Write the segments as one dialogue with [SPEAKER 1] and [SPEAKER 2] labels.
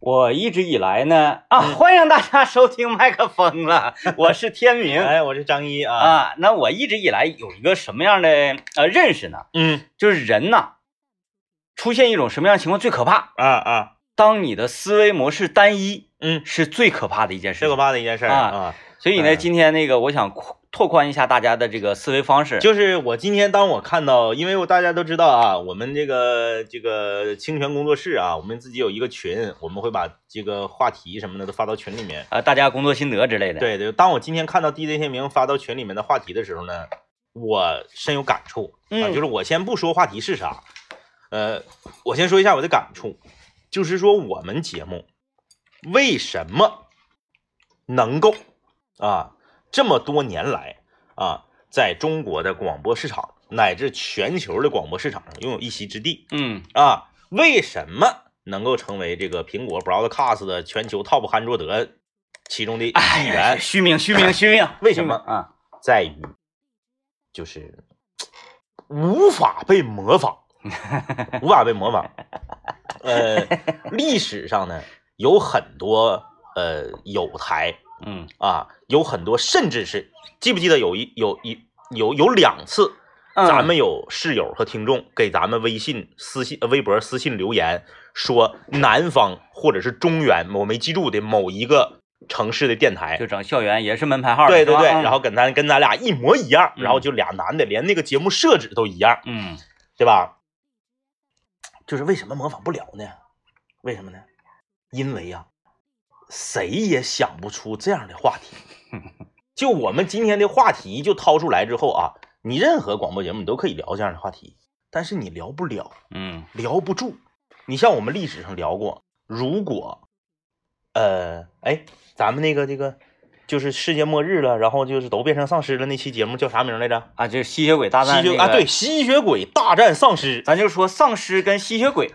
[SPEAKER 1] 我一直以来呢，啊，
[SPEAKER 2] 嗯
[SPEAKER 1] 欢迎大家收听麦克风 了，我是天明
[SPEAKER 2] 哎，我是张一啊，
[SPEAKER 1] 啊。那我一直以来有一个什么样的呃认识呢？
[SPEAKER 2] 嗯
[SPEAKER 1] 就是人呐、出现一种什么样的情况最可怕？
[SPEAKER 2] 啊啊，
[SPEAKER 1] 当你的思维模式单一，
[SPEAKER 2] 嗯，
[SPEAKER 1] 是最可怕的一件事
[SPEAKER 2] 最可
[SPEAKER 1] 情。
[SPEAKER 2] 怕的一件事儿
[SPEAKER 1] 啊
[SPEAKER 2] 啊，
[SPEAKER 1] 所以呢，
[SPEAKER 2] 嗯
[SPEAKER 1] 今天那个我想扩拓宽一下大家的这个思维方式。
[SPEAKER 2] 就是我今天当我看到，因为我大家都知道啊，我们这个这个清泉工作室啊，我们自己有一个群，我们会把这个话题什么的都发到群里面。
[SPEAKER 1] 呃，大家工作心得之类的。，
[SPEAKER 2] 对对，当我今天看到 DJ 天明发到群里面的话题的时候呢，我深有感触啊，
[SPEAKER 1] 嗯
[SPEAKER 2] 就是我先不说话题是啥，呃，我先说一下我的感触，就是说我们节目为什么能够啊这么多年来啊，在中国的广播市场乃至全球的广播市场上拥有一席之地
[SPEAKER 1] 嗯
[SPEAKER 2] 啊，为什么能够成为这个苹果 Broadcast 的全球 Top 安卓德其中的一
[SPEAKER 1] 哎
[SPEAKER 2] 员？
[SPEAKER 1] 呀，虚名，虚名，虚名。
[SPEAKER 2] 为什么
[SPEAKER 1] 虚名啊？
[SPEAKER 2] 在于就是无法被模 仿，无法被模仿。呃，历史上呢有很多呃有台
[SPEAKER 1] 嗯
[SPEAKER 2] 啊，有很多，甚至是记不记得有一有一有有两次。
[SPEAKER 1] 嗯
[SPEAKER 2] 咱们有室友和听众给咱们微信私信、呃微博私信留言，说南方或者是中原，我没记住的某一个城市的电台
[SPEAKER 1] 就，整校园也是门牌号的。
[SPEAKER 2] 对
[SPEAKER 1] 是
[SPEAKER 2] 对
[SPEAKER 1] 吧
[SPEAKER 2] 对，
[SPEAKER 1] 嗯
[SPEAKER 2] 然后跟咱跟咱俩一模一样，
[SPEAKER 1] 嗯
[SPEAKER 2] 然后就俩男的，连那个节目设置都一样，
[SPEAKER 1] 嗯
[SPEAKER 2] 对吧？就是为什么模仿不了呢？为什么呢？因为呀、谁也想不出这样的话题。就我们今天的话题就掏出来之后啊，你任何广播节目你都可以聊这样的话题，但是你聊不了，
[SPEAKER 1] 嗯
[SPEAKER 2] 聊不住。你像我们历史上聊过，如果，呃，哎，咱们那个这个，就是世界末日了，然后就是都变成丧尸了，那期节目叫啥名来着？
[SPEAKER 1] 啊，就是吸血鬼大战、
[SPEAKER 2] 吸
[SPEAKER 1] 那
[SPEAKER 2] 血
[SPEAKER 1] 个、
[SPEAKER 2] 啊，对，，吸血鬼大战丧尸。
[SPEAKER 1] 咱就说丧尸跟吸血鬼，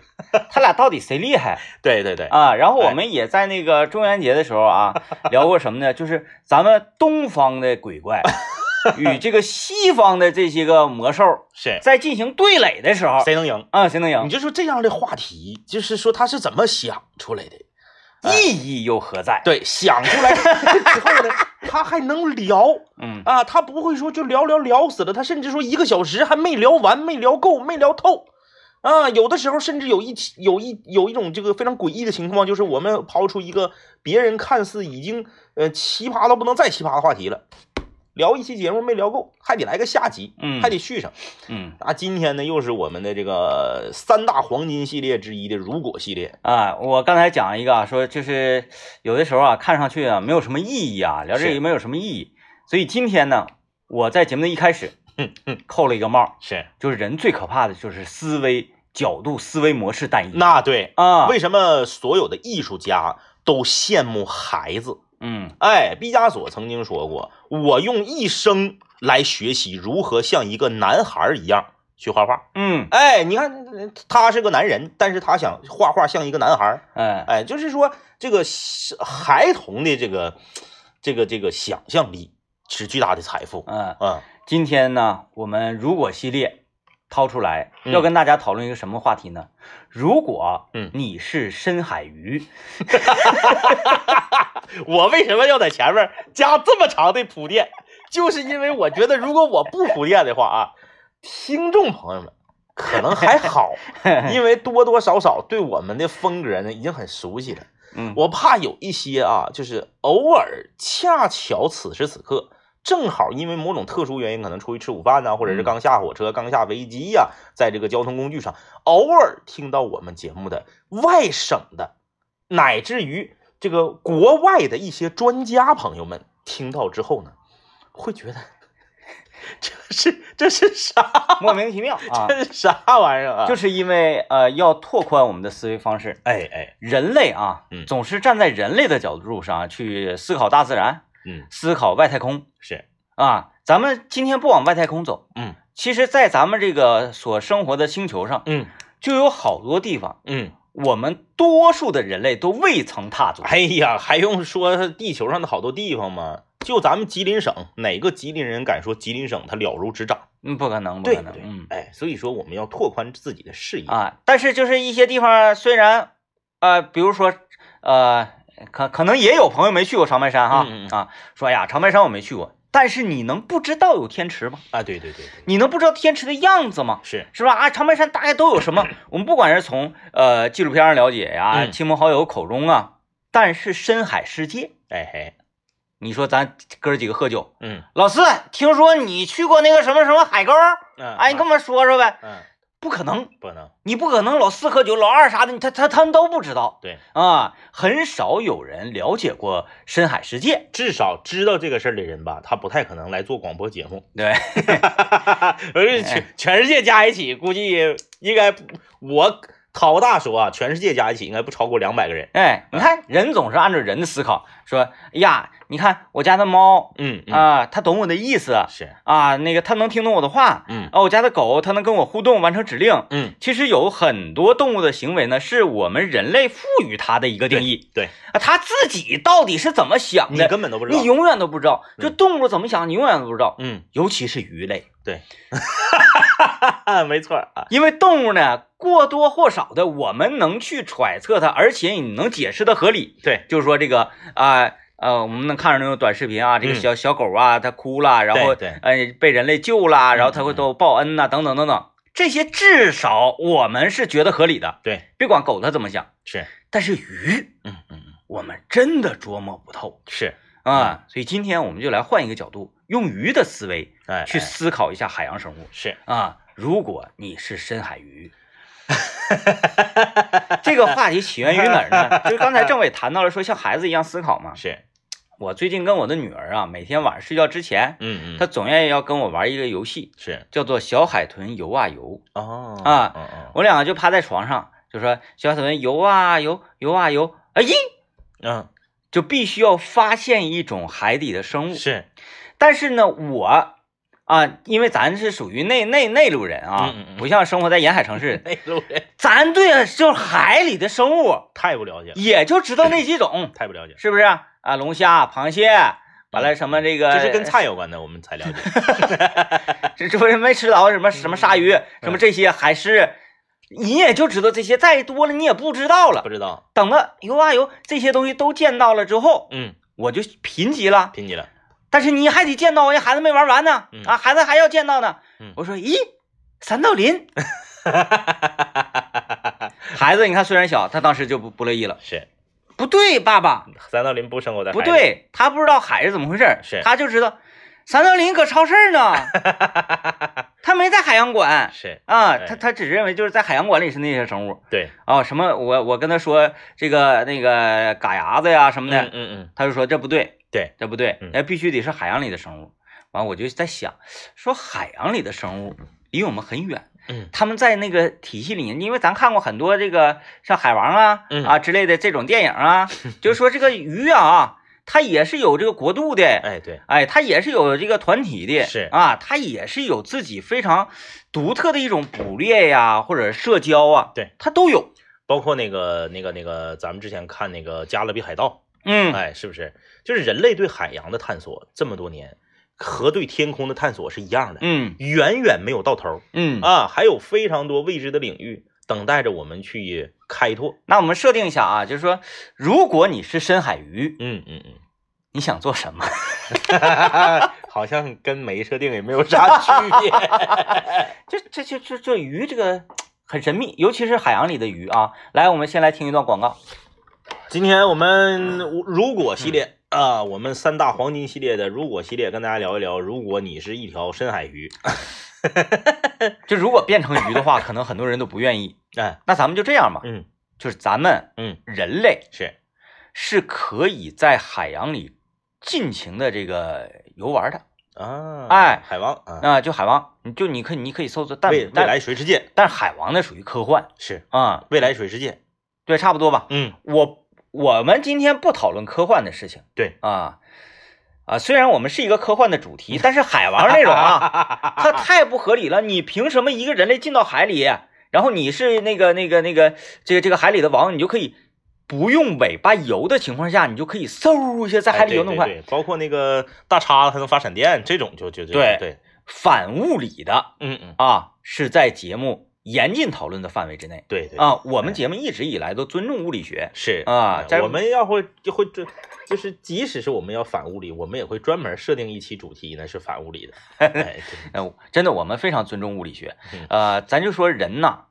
[SPEAKER 1] 他俩到底谁厉害
[SPEAKER 2] 对对对，
[SPEAKER 1] 啊？然后我们也在那个中元节的时候啊，聊过什么呢？就是咱们东方的鬼 怪与这个西方的这些个魔兽
[SPEAKER 2] 是
[SPEAKER 1] 在进行对垒的时候，
[SPEAKER 2] 谁能赢？
[SPEAKER 1] 啊，谁能
[SPEAKER 2] 你
[SPEAKER 1] 赢？
[SPEAKER 2] 就说这样的话题，就是说他是怎么想出来的？
[SPEAKER 1] 意义又何在？
[SPEAKER 2] 对，想出来 之后呢，他还能聊
[SPEAKER 1] 嗯
[SPEAKER 2] 啊，他不会说就聊聊聊死了，他甚至说一个小时还没聊完，没聊够，没聊透。啊，有的时候甚至有一起有一有一种这个非常诡异的情况，就是我们抛出一个别人看似已经呃奇葩到不能再奇葩的话题了，聊一期节目没聊够，还得来个下集，
[SPEAKER 1] 嗯
[SPEAKER 2] 还得续上。
[SPEAKER 1] 嗯
[SPEAKER 2] 那、今天呢，又是我们的这个三大黄金系列之一的如果系列，
[SPEAKER 1] 啊，我刚才讲一个啊，说就是有的时候啊，看上去啊没有什么意义啊，聊这
[SPEAKER 2] 是
[SPEAKER 1] 个没有什么意义，所以今天呢，我在节目的一开始
[SPEAKER 2] 嗯嗯，
[SPEAKER 1] 扣了一个帽儿，
[SPEAKER 2] 是，
[SPEAKER 1] 就是人最可怕的就是思维角度、思维模式单一
[SPEAKER 2] 那对，
[SPEAKER 1] 啊。
[SPEAKER 2] 为什么所有的艺术家都羡慕孩子？
[SPEAKER 1] 嗯
[SPEAKER 2] 哎，毕加索曾经说过：“我用一生来学习如何像一个男孩儿一样去画画。”
[SPEAKER 1] 嗯
[SPEAKER 2] 哎，你看呃他是个男人，但是他想画画像一个男孩儿。
[SPEAKER 1] 哎
[SPEAKER 2] 哎，就是说这个是孩童的这个这个这个想象力是巨大的财富。
[SPEAKER 1] 嗯，
[SPEAKER 2] 嗯，
[SPEAKER 1] 今天呢，我们如果系列掏出来，要
[SPEAKER 2] 嗯
[SPEAKER 1] 跟大家讨论一个什么话题呢？如果
[SPEAKER 2] 嗯
[SPEAKER 1] 你是深海鱼，
[SPEAKER 2] 我为什么要在前面加这么长的铺垫？就是因为我觉得如果我不铺垫的话啊，听众朋友们可能还好，因为多多少少对我们的风格呢已经很熟悉了。
[SPEAKER 1] 嗯，
[SPEAKER 2] 我怕有一些啊，就是偶尔恰巧此时此刻，正好因为某种特殊原因，可能出去吃午饭呐、或者是
[SPEAKER 1] 嗯
[SPEAKER 2] 刚下火车、刚下飞机呀、在这个交通工具上，偶尔听到我们节目的外省的，乃至于这个国外的一些专家朋友们听到之后呢，会觉得 这是这是啥？
[SPEAKER 1] 莫名 其妙啊，
[SPEAKER 2] 这是啥玩意儿啊？
[SPEAKER 1] 就是是因为呃要拓宽我们的思维方式。
[SPEAKER 2] 哎哎，
[SPEAKER 1] 人类啊，
[SPEAKER 2] 嗯
[SPEAKER 1] 总是站在人类的角度上去思考大自然，
[SPEAKER 2] 嗯，
[SPEAKER 1] 思考外太空
[SPEAKER 2] 是，
[SPEAKER 1] 啊。咱们今天不往外太空走，
[SPEAKER 2] 嗯
[SPEAKER 1] 其实，在咱们这个所生活的星球上，
[SPEAKER 2] 嗯
[SPEAKER 1] 就有好多地方，
[SPEAKER 2] 嗯。
[SPEAKER 1] 我们多数的人类都未曾踏足。
[SPEAKER 2] 哎呀，还用说地球上的好多地方吗？就咱们吉林省，哪个吉林人敢说吉林省他了如指掌？
[SPEAKER 1] 嗯，不可能，不
[SPEAKER 2] 对
[SPEAKER 1] 可
[SPEAKER 2] 不
[SPEAKER 1] 能
[SPEAKER 2] 对？，
[SPEAKER 1] 嗯啊
[SPEAKER 2] 哎，所以说我们要拓宽自己的视野。
[SPEAKER 1] 啊。但是就是一些地方虽然，呃，比如说呃，可可能也有朋友没去过长白山哈、
[SPEAKER 2] 嗯嗯嗯
[SPEAKER 1] 啊，说哎呀，长白山我没去过，但是你能不知道有天池吗？
[SPEAKER 2] 啊，对对对对，
[SPEAKER 1] 你能不知道天池的样子吗？
[SPEAKER 2] 是，
[SPEAKER 1] 是吧？啊，长白山大概都有什 么？我们不管是从呃纪录片上了解呀、
[SPEAKER 2] 嗯
[SPEAKER 1] 亲朋好友口中啊，但是深海世界，
[SPEAKER 2] 哎嘿，
[SPEAKER 1] 你说咱哥儿几个喝酒，
[SPEAKER 2] 嗯
[SPEAKER 1] 老四，听说你去过那个什么什么海沟，
[SPEAKER 2] 嗯，
[SPEAKER 1] 哎，你跟我们说说呗？
[SPEAKER 2] 嗯，
[SPEAKER 1] 不可能，
[SPEAKER 2] 不能，
[SPEAKER 1] 你不可能，老四喝酒，老二啥的，他他他们都不知道
[SPEAKER 2] 对，
[SPEAKER 1] 啊，很少有人了解过深海世界。
[SPEAKER 2] 至少知道这个事儿的人吧，他不太可能来做广播节目。
[SPEAKER 1] 对，
[SPEAKER 2] 而
[SPEAKER 1] 哎
[SPEAKER 2] 是全全世界加一起，估计应该不我陶大说啊，全世界加一起应该不超过两百个人。
[SPEAKER 1] 哎，你看人总是按照人的思考，说，哎呀，你看我家的猫
[SPEAKER 2] 嗯嗯，
[SPEAKER 1] 啊，它懂我的意思
[SPEAKER 2] 是，
[SPEAKER 1] 啊，那个它能听懂我的话
[SPEAKER 2] 嗯
[SPEAKER 1] 啊，我家的狗它能跟我互动，完成指令。
[SPEAKER 2] 嗯，
[SPEAKER 1] 其实有很多动物的行为呢，是我们人类赋予它的一个定义
[SPEAKER 2] 对，
[SPEAKER 1] 啊，它自己到底是怎么想
[SPEAKER 2] 你
[SPEAKER 1] 的，
[SPEAKER 2] 根本都不知道
[SPEAKER 1] 你。永远都不知道，就
[SPEAKER 2] 嗯
[SPEAKER 1] 动物怎么想，你永远都不知道。
[SPEAKER 2] 嗯，
[SPEAKER 1] 尤其是鱼类，
[SPEAKER 2] 没错啊。
[SPEAKER 1] 因为动物呢过多或少的，我们能去揣测它，而且你能解释的合理。
[SPEAKER 2] 对，
[SPEAKER 1] 就是说这个啊呃我们能看着那种短视频啊，这个
[SPEAKER 2] 嗯
[SPEAKER 1] 小、小狗啊，它哭了，然后
[SPEAKER 2] 对对
[SPEAKER 1] 呃被人类救了，然后
[SPEAKER 2] 嗯
[SPEAKER 1] 它会都报恩呐、等等等等，这些至少我们是觉得合理的，
[SPEAKER 2] 对，
[SPEAKER 1] 别管狗它怎么想。
[SPEAKER 2] 是，
[SPEAKER 1] 但是鱼，
[SPEAKER 2] 嗯嗯嗯，
[SPEAKER 1] 我们真的琢磨不透
[SPEAKER 2] 是，
[SPEAKER 1] 啊、所以今天我们就来换一个角度，用鱼的思维
[SPEAKER 2] 哎，
[SPEAKER 1] 去
[SPEAKER 2] 哎
[SPEAKER 1] 思考一下海洋生物。
[SPEAKER 2] 是，
[SPEAKER 1] 啊，如果你是深海 鱼，这个话题起源于哪儿 呢？就是刚才政委谈到了说像孩子一样思考嘛。
[SPEAKER 2] 是，
[SPEAKER 1] 我最近跟我的女儿啊，每天晚上睡觉之前，
[SPEAKER 2] 嗯嗯，
[SPEAKER 1] 她总愿意要跟我玩一个游戏，
[SPEAKER 2] 是
[SPEAKER 1] 叫做小海豚游啊游。
[SPEAKER 2] 哦
[SPEAKER 1] 啊
[SPEAKER 2] 嗯嗯
[SPEAKER 1] 我两个就趴在床上，就说小海豚游啊游，游啊游，哎咦，
[SPEAKER 2] 嗯
[SPEAKER 1] 就必须要发现一种海底的生物
[SPEAKER 2] 嗯，。是
[SPEAKER 1] 但是呢，我啊，因为咱是属于内内内陆人啊，
[SPEAKER 2] 嗯嗯嗯
[SPEAKER 1] 不像生活在沿海城 市，
[SPEAKER 2] 内陆人
[SPEAKER 1] 咱对啊就是海里的生物
[SPEAKER 2] 太不了解了，
[SPEAKER 1] 也就知道那几种，
[SPEAKER 2] 太不了解了，
[SPEAKER 1] 是不是啊？龙虾、螃蟹，完了什么这个，
[SPEAKER 2] 就是 跟菜有关的，我们才了解。
[SPEAKER 1] 这这不是没吃着什
[SPEAKER 2] 嗯
[SPEAKER 1] 么什么鲨鱼，什么这些海狮，你也就知道这些，再多了你也不知道
[SPEAKER 2] 不
[SPEAKER 1] 了。
[SPEAKER 2] 知道，
[SPEAKER 1] 等到游啊游这些东西都见到了之后，
[SPEAKER 2] 嗯，
[SPEAKER 1] 我就贫瘠了。
[SPEAKER 2] 拼你了，
[SPEAKER 1] 但是你还得见到，人家孩子没玩完呢，
[SPEAKER 2] 嗯
[SPEAKER 1] 啊，孩子还要见到呢。
[SPEAKER 2] 嗯
[SPEAKER 1] 我说，咦，三道 鳞，孩子，你看虽然小，他当时就不不乐意了。
[SPEAKER 2] 是
[SPEAKER 1] 不对，爸爸，
[SPEAKER 2] 三道林不生活在
[SPEAKER 1] 不
[SPEAKER 2] 海里，
[SPEAKER 1] 对，他不知道海是怎么回事儿，
[SPEAKER 2] 是
[SPEAKER 1] 他就知道三六零搁超市 呢，他没在海洋馆
[SPEAKER 2] 是
[SPEAKER 1] 啊，
[SPEAKER 2] 哎
[SPEAKER 1] 他他只认为就是在海洋馆里是那些生物
[SPEAKER 2] 对，
[SPEAKER 1] 啊，什么我我跟他说这个那个嘎牙子呀什么的，
[SPEAKER 2] 嗯嗯
[SPEAKER 1] 他就说这不对，
[SPEAKER 2] 对，
[SPEAKER 1] 这不对
[SPEAKER 2] 嗯，
[SPEAKER 1] 那必须得是海洋里的生物。完，我就在想，说海洋里的生物离我们很远，
[SPEAKER 2] 嗯
[SPEAKER 1] 他们在那个体系里，因为咱看过很多这个像海王啊、
[SPEAKER 2] 嗯
[SPEAKER 1] 啊之类的这种电影 啊，就是说这个鱼啊，它也是有这个国度
[SPEAKER 2] 嗯，
[SPEAKER 1] 的，
[SPEAKER 2] 哎对，
[SPEAKER 1] 哎，它也是有这个团体的，
[SPEAKER 2] 是
[SPEAKER 1] 啊，它也是有自己非常独特的一种捕猎呀，或者社交啊，
[SPEAKER 2] 对，
[SPEAKER 1] 它都有，
[SPEAKER 2] 包括那个那个那个，咱们之前看那个《加勒比海盗》，
[SPEAKER 1] 嗯，
[SPEAKER 2] 哎，是不是？就是人类对海洋的探索这么多年，和对天空的探索是一样的，
[SPEAKER 1] 嗯
[SPEAKER 2] 远远没有到头
[SPEAKER 1] 嗯，
[SPEAKER 2] 啊，还有非常多未知的领域等待着我们去开拓。
[SPEAKER 1] 那我们设定一下啊，就是说，如果你是深海鱼，
[SPEAKER 2] 嗯嗯嗯。你
[SPEAKER 1] 你想做什么？
[SPEAKER 2] 好像跟没设定也没有啥区别。
[SPEAKER 1] 这这这这这鱼这个很神秘，尤其是海洋里的鱼啊。来，我们先来听一段广告。
[SPEAKER 2] 今天我们如果系列啊、我们三大黄金系列的如果系列，跟大家聊一聊，如果你是一条深海鱼，
[SPEAKER 1] 就如果变成鱼的话，可能很多人都不愿意。
[SPEAKER 2] 哎，
[SPEAKER 1] 那咱们就这样吧，
[SPEAKER 2] 嗯
[SPEAKER 1] 就是咱们
[SPEAKER 2] 嗯，
[SPEAKER 1] 人类
[SPEAKER 2] 是，
[SPEAKER 1] 是可以在海洋里尽情的这个游玩的。
[SPEAKER 2] 啊，
[SPEAKER 1] 哎
[SPEAKER 2] 海王啊，
[SPEAKER 1] 啊，就海王，你就你可以你可以搜索，但
[SPEAKER 2] 未未
[SPEAKER 1] 但
[SPEAKER 2] 来水世界
[SPEAKER 1] 但海王呢属于科幻
[SPEAKER 2] 是
[SPEAKER 1] 啊、
[SPEAKER 2] 未来水世界，
[SPEAKER 1] 对，差不多吧。
[SPEAKER 2] 嗯，
[SPEAKER 1] 我我们今天不讨论科幻的事情。
[SPEAKER 2] 对
[SPEAKER 1] 啊啊，虽然我们是一个科幻的主题，但是海王那种 啊，它太不合理了。你凭什么一个人类进到海里，然后你是那个那个那个这个这个海里的王，你就可以不用尾巴游的情况下，你就可以嗖一下在海里游那么快，
[SPEAKER 2] 哎对对对包括那个大叉子还能发闪电这种就，就就
[SPEAKER 1] 对
[SPEAKER 2] 对，
[SPEAKER 1] 反物理的
[SPEAKER 2] 嗯嗯，
[SPEAKER 1] 啊，是在节目严禁讨论的范围之内
[SPEAKER 2] 对对
[SPEAKER 1] 啊。我们
[SPEAKER 2] 哎
[SPEAKER 1] 节目一直以来都尊重物理学，
[SPEAKER 2] 是
[SPEAKER 1] 啊
[SPEAKER 2] 嗯
[SPEAKER 1] 在
[SPEAKER 2] 我们要会就会就就是，即使是我们要反物理，我们也会专门设定一期主题呢是反物 理的。哎，
[SPEAKER 1] 呃，真的我们非常尊重物理学
[SPEAKER 2] 嗯。
[SPEAKER 1] 呃，咱就说人呐，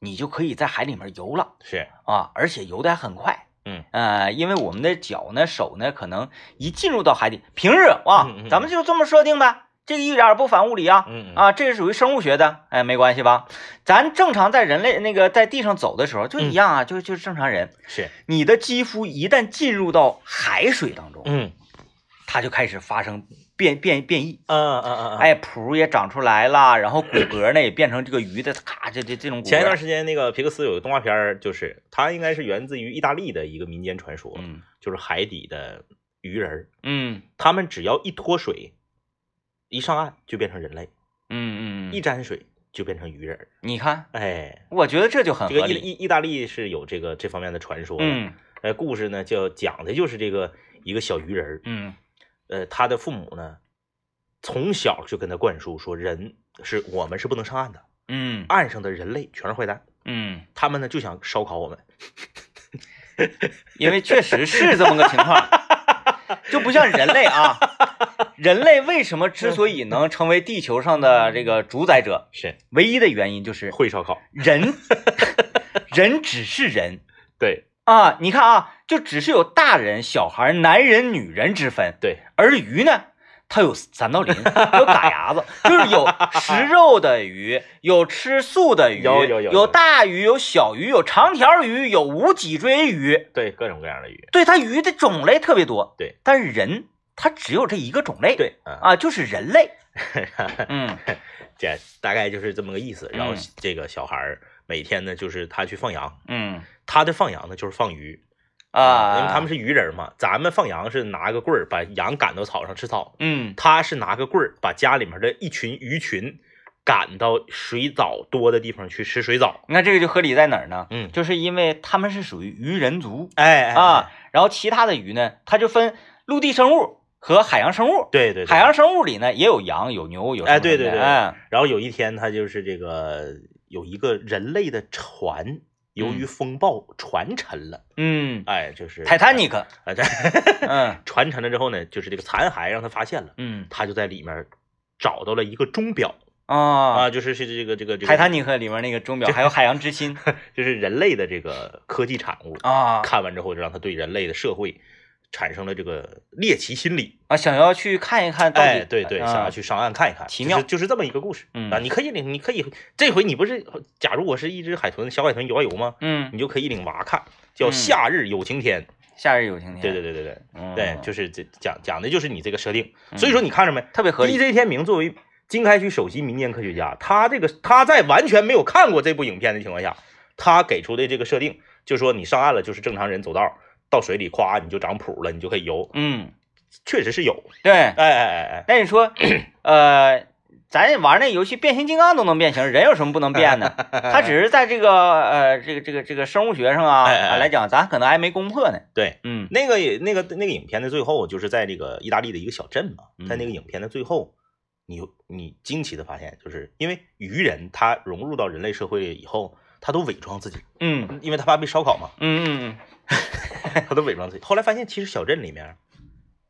[SPEAKER 1] 你就可以在海里面游了
[SPEAKER 2] 对是
[SPEAKER 1] 啊，而且游得还很快。
[SPEAKER 2] 嗯，
[SPEAKER 1] 呃，因为我们的脚呢、手呢，可能一进入到海底，平日啊，
[SPEAKER 2] 嗯嗯嗯
[SPEAKER 1] 咱们就这么设定呗，这个一点儿不反物理啊。
[SPEAKER 2] 嗯嗯
[SPEAKER 1] 啊，这是属于生物学的，哎，没关系吧？咱正常在人类那个在地上走的时候
[SPEAKER 2] 嗯
[SPEAKER 1] 就一样啊，就就是正常人，
[SPEAKER 2] 是
[SPEAKER 1] 你的肌肤一旦进入到海水当中，
[SPEAKER 2] 嗯
[SPEAKER 1] 它就开始发生变变变异，
[SPEAKER 2] 嗯嗯嗯嗯。
[SPEAKER 1] 哎，蹼也长出来了，然后骨骼呢也变成这个鱼的，咔，这这这种骨骼。
[SPEAKER 2] 前一段时间那个皮克斯有个动画片儿，就是它应该是源自于意大利的一个民间传说，
[SPEAKER 1] 嗯
[SPEAKER 2] 就是海底的鱼人儿，
[SPEAKER 1] 嗯
[SPEAKER 2] 他们只要一脱水，一上岸就变成人类，
[SPEAKER 1] 嗯嗯
[SPEAKER 2] 一
[SPEAKER 1] 嗯，
[SPEAKER 2] 沾水就变成鱼人儿。
[SPEAKER 1] 你看，
[SPEAKER 2] 哎，
[SPEAKER 1] 我觉得这就很
[SPEAKER 2] 这个
[SPEAKER 1] 合
[SPEAKER 2] 意
[SPEAKER 1] 理。
[SPEAKER 2] 意意大利是有这个这方面的传说的。
[SPEAKER 1] 嗯
[SPEAKER 2] 呃，故事呢就讲的就是这个一个小鱼人儿，
[SPEAKER 1] 嗯
[SPEAKER 2] 呃，他的父母呢从小就跟他灌输说，人是我们是不能上岸的，
[SPEAKER 1] 嗯
[SPEAKER 2] 岸上的人类全是坏蛋，
[SPEAKER 1] 嗯，
[SPEAKER 2] 他们呢就想烧烤我们。
[SPEAKER 1] 因为确实是这么个情 况，就不像人类啊，人类为什么之所 以能成为地球上的这个主宰者，
[SPEAKER 2] 是
[SPEAKER 1] 唯一的原因就是
[SPEAKER 2] 会烧烤，
[SPEAKER 1] 人，人只是人
[SPEAKER 2] 对
[SPEAKER 1] 啊。你看啊，就只是有大人、小孩、男人、女人之分。
[SPEAKER 2] 对，
[SPEAKER 1] 而鱼呢，它有三道鳞，有嘎牙子，就是有食肉的鱼，有吃素的鱼，
[SPEAKER 2] 有有有
[SPEAKER 1] 有
[SPEAKER 2] 有
[SPEAKER 1] 大鱼，有小鱼，有长条鱼，有无脊椎鱼。
[SPEAKER 2] 对各种各样的鱼，
[SPEAKER 1] 对，它鱼的种类特别多。
[SPEAKER 2] 对，
[SPEAKER 1] 但是人它只有这一个种类。，
[SPEAKER 2] 对啊，
[SPEAKER 1] 啊，就是人 类。嗯
[SPEAKER 2] 这大概就是这么个意思。然后
[SPEAKER 1] 嗯
[SPEAKER 2] 这个小孩儿每天呢，就是他去放羊，
[SPEAKER 1] 嗯
[SPEAKER 2] 他的放羊呢就是放鱼
[SPEAKER 1] 啊，
[SPEAKER 2] 因为他们是鱼人儿嘛，咱们放羊是拿个棍儿把羊赶到草上吃草，
[SPEAKER 1] 嗯
[SPEAKER 2] 他是拿个棍儿把家里面的一群鱼群赶到水藻多的地方去吃水藻。
[SPEAKER 1] 你看这个就合理在哪儿呢？
[SPEAKER 2] 嗯
[SPEAKER 1] 就是因为他们是属于鱼人族
[SPEAKER 2] 哎哎
[SPEAKER 1] 啊，，然后其他的鱼呢，它就分陆地生物和海洋生物。
[SPEAKER 2] 对对对
[SPEAKER 1] 海洋生物里呢也有羊、有牛、有什么
[SPEAKER 2] 哎对对
[SPEAKER 1] 什么的
[SPEAKER 2] 对
[SPEAKER 1] 哎
[SPEAKER 2] 然后有一天，他就是这个有一个人类的船，由于风暴船沉了，
[SPEAKER 1] 嗯，
[SPEAKER 2] 哎，就是
[SPEAKER 1] 泰坦尼克，
[SPEAKER 2] 哎，对，
[SPEAKER 1] 嗯
[SPEAKER 2] 船沉了之后呢，就是这个残骸让他发现了，
[SPEAKER 1] 嗯
[SPEAKER 2] 他就在里面找到了一个钟表
[SPEAKER 1] 啊，
[SPEAKER 2] 啊，就是是这个这个这个
[SPEAKER 1] 泰坦尼克里面那个钟表，还有海洋之 心
[SPEAKER 2] 就是人类的这个科技产物。
[SPEAKER 1] 啊
[SPEAKER 2] 看完之后，就让他对人类的社会产生了这个猎奇心理。
[SPEAKER 1] 啊，想要去看一看到底，
[SPEAKER 2] 哎，对对，
[SPEAKER 1] 啊
[SPEAKER 2] 想要去上岸看一看，
[SPEAKER 1] 奇
[SPEAKER 2] 就是
[SPEAKER 1] 妙
[SPEAKER 2] 就是这么一个故事。
[SPEAKER 1] 嗯
[SPEAKER 2] 啊，你可以领，你可以这回你不是，假如我是一只海豚，小海豚游啊游吗？
[SPEAKER 1] 嗯，
[SPEAKER 2] 你就可以领娃看，叫
[SPEAKER 1] 嗯
[SPEAKER 2] 《夏日有晴天》。
[SPEAKER 1] 夏日有晴天，嗯
[SPEAKER 2] 对对对对对
[SPEAKER 1] 对
[SPEAKER 2] 对，就是是这讲讲的就是你这个设定。所以说你看着没
[SPEAKER 1] 特别嗯合理，
[SPEAKER 2] ？DJ 天明作为经开区首席民间科学家，他这个他在完全没有看过这部影片的情况下，他给出的这个设定，就说你上岸了就是正常人走道，到水里夸你就长蹼了，你就可以游，
[SPEAKER 1] 嗯，
[SPEAKER 2] 确实是有。
[SPEAKER 1] 对。
[SPEAKER 2] 哎哎哎哎。
[SPEAKER 1] 那你 说，呃，咱玩那游戏变形金刚都能变形，人有什么不能变的？他只是在这个呃这个这个这个生物学上啊
[SPEAKER 2] 哎哎哎
[SPEAKER 1] 来讲，咱可能还没攻破呢。
[SPEAKER 2] 对，
[SPEAKER 1] 嗯
[SPEAKER 2] 那个也那个那个影片的最后，就是在这个意大利的一个小镇嘛，
[SPEAKER 1] 嗯
[SPEAKER 2] 在那个影片的最后，你你惊奇的发现，就是因为鱼人他融入到人类社会以后，他都伪装自己，
[SPEAKER 1] 嗯
[SPEAKER 2] 因为他怕被烧烤嘛，
[SPEAKER 1] 嗯嗯
[SPEAKER 2] 他都伪装自己。后来发现，其实小镇里面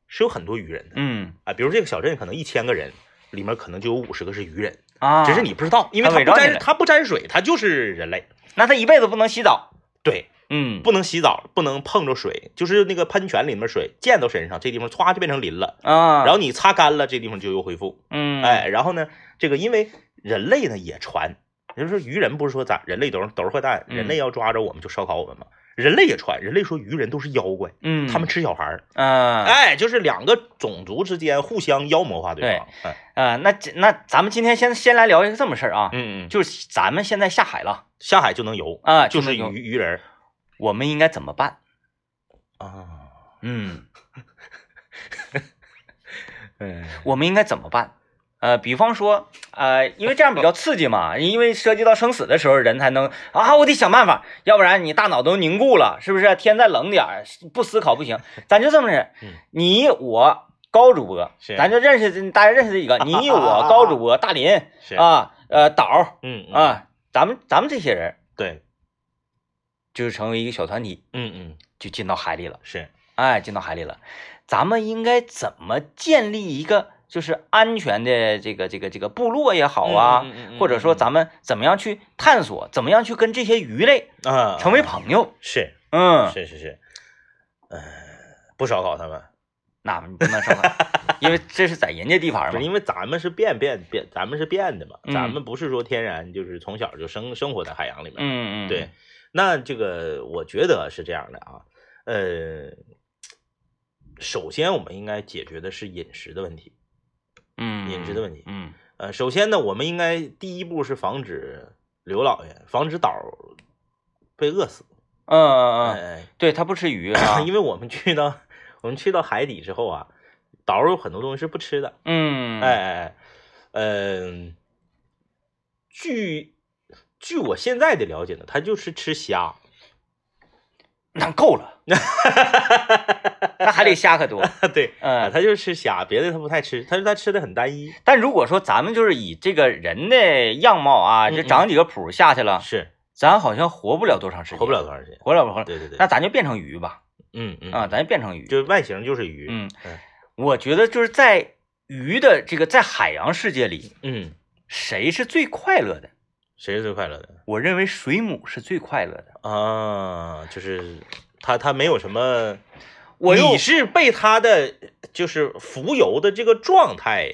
[SPEAKER 2] 是有很多鱼人的
[SPEAKER 1] 嗯
[SPEAKER 2] 啊，比如这个小镇可能一千个人，里面可能就有五十个是鱼人，
[SPEAKER 1] 啊，
[SPEAKER 2] 只是你不知道，因为
[SPEAKER 1] 他
[SPEAKER 2] 他
[SPEAKER 1] 伪
[SPEAKER 2] 不
[SPEAKER 1] 装起
[SPEAKER 2] 沾
[SPEAKER 1] 来
[SPEAKER 2] 他不沾水，他就是人类。
[SPEAKER 1] 那他一辈子不能洗澡。
[SPEAKER 2] 对，
[SPEAKER 1] 嗯
[SPEAKER 2] 不能洗澡，不能碰着水，就是那个喷泉里面水溅到身上，这地方歘就变成林了。
[SPEAKER 1] 啊，
[SPEAKER 2] 然后你擦干了，这地方就又恢复。
[SPEAKER 1] 嗯
[SPEAKER 2] 哎，然后呢，这个因为人类呢也传，也就是说鱼人不是说咱人类都是都是坏蛋，
[SPEAKER 1] 嗯
[SPEAKER 2] 人类要抓着我们就烧烤我们嘛。人类也传，人类说鱼人都是妖怪，
[SPEAKER 1] 嗯
[SPEAKER 2] 他们吃小孩儿。
[SPEAKER 1] 啊
[SPEAKER 2] 哎，就是两个种族之间互相妖魔化对方。哎，
[SPEAKER 1] 啊，那这那咱们今天先先来聊一个这么事儿啊，
[SPEAKER 2] 嗯嗯，
[SPEAKER 1] 就是咱们现在下海了
[SPEAKER 2] 下海就能游，
[SPEAKER 1] 啊，
[SPEAKER 2] 就是
[SPEAKER 1] 有
[SPEAKER 2] 鱼鱼人儿
[SPEAKER 1] 我们应该怎么办？
[SPEAKER 2] 啊。
[SPEAKER 1] 嗯，
[SPEAKER 2] 嗯，
[SPEAKER 1] 我们应该怎么办？呃，比方说，呃，因为这样比较刺激嘛，因为涉及到生死的时候，人才能啊，我得想办法，要不然你大脑都凝固了，是不是？天再冷点儿，不思考不 行。咱就这么着
[SPEAKER 2] 嗯，
[SPEAKER 1] 你我高主播，
[SPEAKER 2] 是
[SPEAKER 1] 咱就 认识大家认识这几个，你我高主播大林
[SPEAKER 2] 是，
[SPEAKER 1] 啊啊，呃，导儿
[SPEAKER 2] 嗯嗯
[SPEAKER 1] 啊，咱们咱们这些人
[SPEAKER 2] 对，
[SPEAKER 1] 就是成为一个小团体，
[SPEAKER 2] 嗯嗯，
[SPEAKER 1] 就进到海里了，
[SPEAKER 2] 是，
[SPEAKER 1] 哎，进到海里了。咱们应该怎么建立一个就是安全的这个这个这个部落也好啊，
[SPEAKER 2] 嗯，嗯嗯嗯
[SPEAKER 1] 或者说
[SPEAKER 2] 嗯
[SPEAKER 1] 咱们怎么样去探索，怎么样去跟这些鱼类
[SPEAKER 2] 啊
[SPEAKER 1] 成为朋友？
[SPEAKER 2] 是
[SPEAKER 1] 嗯，
[SPEAKER 2] 是是是，呃，不烧烤他们，
[SPEAKER 1] 那你不能烧烤，因为这是在人家地盘
[SPEAKER 2] 不是
[SPEAKER 1] 嘛。
[SPEAKER 2] 因为咱们是变变变，咱们是变的嘛，
[SPEAKER 1] 嗯
[SPEAKER 2] 咱们不是说天然就是从小就生生活在海洋里面，
[SPEAKER 1] 嗯嗯，
[SPEAKER 2] 对，，那这个我觉得是这样的啊，呃，首先我们应该解决的是饮食的问题。
[SPEAKER 1] 嗯，
[SPEAKER 2] 饮食的问题
[SPEAKER 1] 嗯
[SPEAKER 2] 呃，首先呢，我们应该第一步是防止刘老爷，防止岛被饿死。
[SPEAKER 1] 嗯嗯嗯，
[SPEAKER 2] 哎
[SPEAKER 1] 对他不吃鱼啊
[SPEAKER 2] 哎， 因为我们去到我们去到海底之后啊，岛有很多东西是不吃的。
[SPEAKER 1] 嗯，
[SPEAKER 2] 哎哎哎，嗯、据据我现在的了解呢，他就是吃虾。
[SPEAKER 1] 那够了，那海里虾可多。
[SPEAKER 2] 对，啊，
[SPEAKER 1] 嗯，
[SPEAKER 2] 他就是吃虾，别的他不太吃，他他吃的很单一。
[SPEAKER 1] 但如果说咱们就是以这个人的样貌啊，
[SPEAKER 2] 嗯
[SPEAKER 1] 就
[SPEAKER 2] 嗯
[SPEAKER 1] 长几个谱下去了，
[SPEAKER 2] 是
[SPEAKER 1] 咱好像活不了多长时间，
[SPEAKER 2] 活不了，多长时间。
[SPEAKER 1] 活不了多长时间。
[SPEAKER 2] 对对对，
[SPEAKER 1] 那咱就变成鱼吧，
[SPEAKER 2] 嗯嗯
[SPEAKER 1] 啊，咱就变成鱼。
[SPEAKER 2] 就外形就是鱼。哎
[SPEAKER 1] 嗯，我觉得就是在鱼的这个在海洋世界里，
[SPEAKER 2] 嗯，
[SPEAKER 1] 谁是最快乐的？
[SPEAKER 2] 谁是最快乐的？
[SPEAKER 1] 我认为水母是最快乐的。
[SPEAKER 2] 啊，就是他他没有什么，
[SPEAKER 1] 我又
[SPEAKER 2] 你是被他的就是浮游的这个状态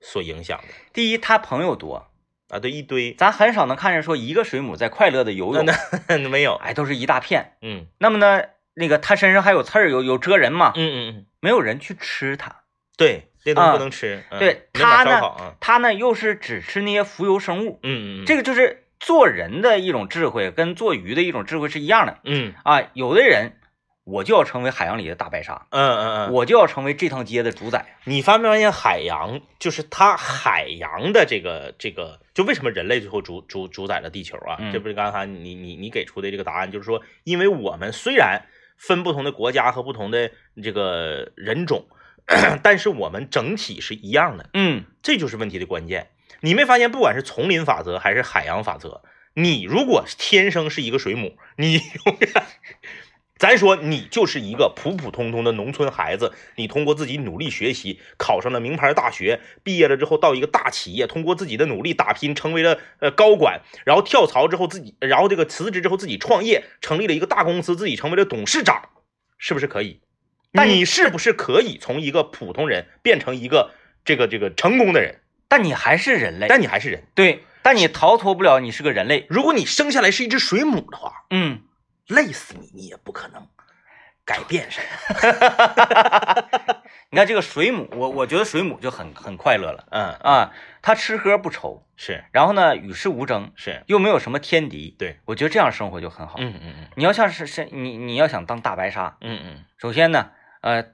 [SPEAKER 2] 所影响的
[SPEAKER 1] 第一，他朋友多，
[SPEAKER 2] 啊，对一堆，
[SPEAKER 1] 咱很少能看见说一个水母在快乐的游
[SPEAKER 2] 那
[SPEAKER 1] 泳，
[SPEAKER 2] 那没有，
[SPEAKER 1] 哎，都是一大片。
[SPEAKER 2] 嗯
[SPEAKER 1] 那么呢，那个它身上还有刺儿，有有蜇人嘛，
[SPEAKER 2] 嗯嗯嗯，
[SPEAKER 1] 没有人去吃它。
[SPEAKER 2] 对，这东西
[SPEAKER 1] 啊
[SPEAKER 2] 不能吃，嗯
[SPEAKER 1] 对
[SPEAKER 2] 没
[SPEAKER 1] 他
[SPEAKER 2] 法烧
[SPEAKER 1] 呢
[SPEAKER 2] 烤啊，
[SPEAKER 1] 它呢又是只吃那些浮游生物，
[SPEAKER 2] 嗯嗯嗯，
[SPEAKER 1] 这个就是做人的一种智慧，跟做鱼的一种智慧是一样的
[SPEAKER 2] 嗯
[SPEAKER 1] 啊。有的人我就要成为海洋里的大白鲨，
[SPEAKER 2] 嗯嗯嗯，
[SPEAKER 1] 我就要成为这趟街的主宰。
[SPEAKER 2] 你发没发现海洋就是它海洋的这个这个，就为什么人类最后主主主宰了地球啊？
[SPEAKER 1] 嗯
[SPEAKER 2] 这不是刚才你你你给出的这个答案，就是说，因为我们虽然分不同的国家和不同的这个人种， 但是我们整体是一样的，
[SPEAKER 1] 嗯
[SPEAKER 2] 这就是问题的关键。你没发现，不管是丛林法则还是海洋法则，你如果天生是一个水母，你 永远。咱说你就是一个普普通通的农村孩子，你通过自己努力学习，考上了名牌大学，毕业了之后到一个大企业，通过自己的努力打拼，成为了呃高管，然后跳槽之后自己，然后这个辞职之后自己创业，成立了一个大公司，自己成为了董事长，是不是可以？
[SPEAKER 1] 但
[SPEAKER 2] 你是不是可以从一个普通人变成一个这个这个成功的人？
[SPEAKER 1] 但你还是人类，
[SPEAKER 2] 但你还是人。
[SPEAKER 1] 对，但你逃脱不了你是个人类。
[SPEAKER 2] 如果你生下来是一只水母的话，
[SPEAKER 1] 嗯，
[SPEAKER 2] 累死你，你也不可能改变什么。
[SPEAKER 1] 你看这个水母，我我觉得水母就很很快乐了
[SPEAKER 2] 嗯，
[SPEAKER 1] 啊，它吃喝不愁，
[SPEAKER 2] 是
[SPEAKER 1] 然后呢与世无争，
[SPEAKER 2] 是，
[SPEAKER 1] 又没有什么天敌。
[SPEAKER 2] 对，
[SPEAKER 1] 我觉得这样生活就很好。
[SPEAKER 2] 嗯嗯嗯
[SPEAKER 1] 你要像是是你你要想当大白鲨，
[SPEAKER 2] 嗯嗯，
[SPEAKER 1] 首先呢，呃，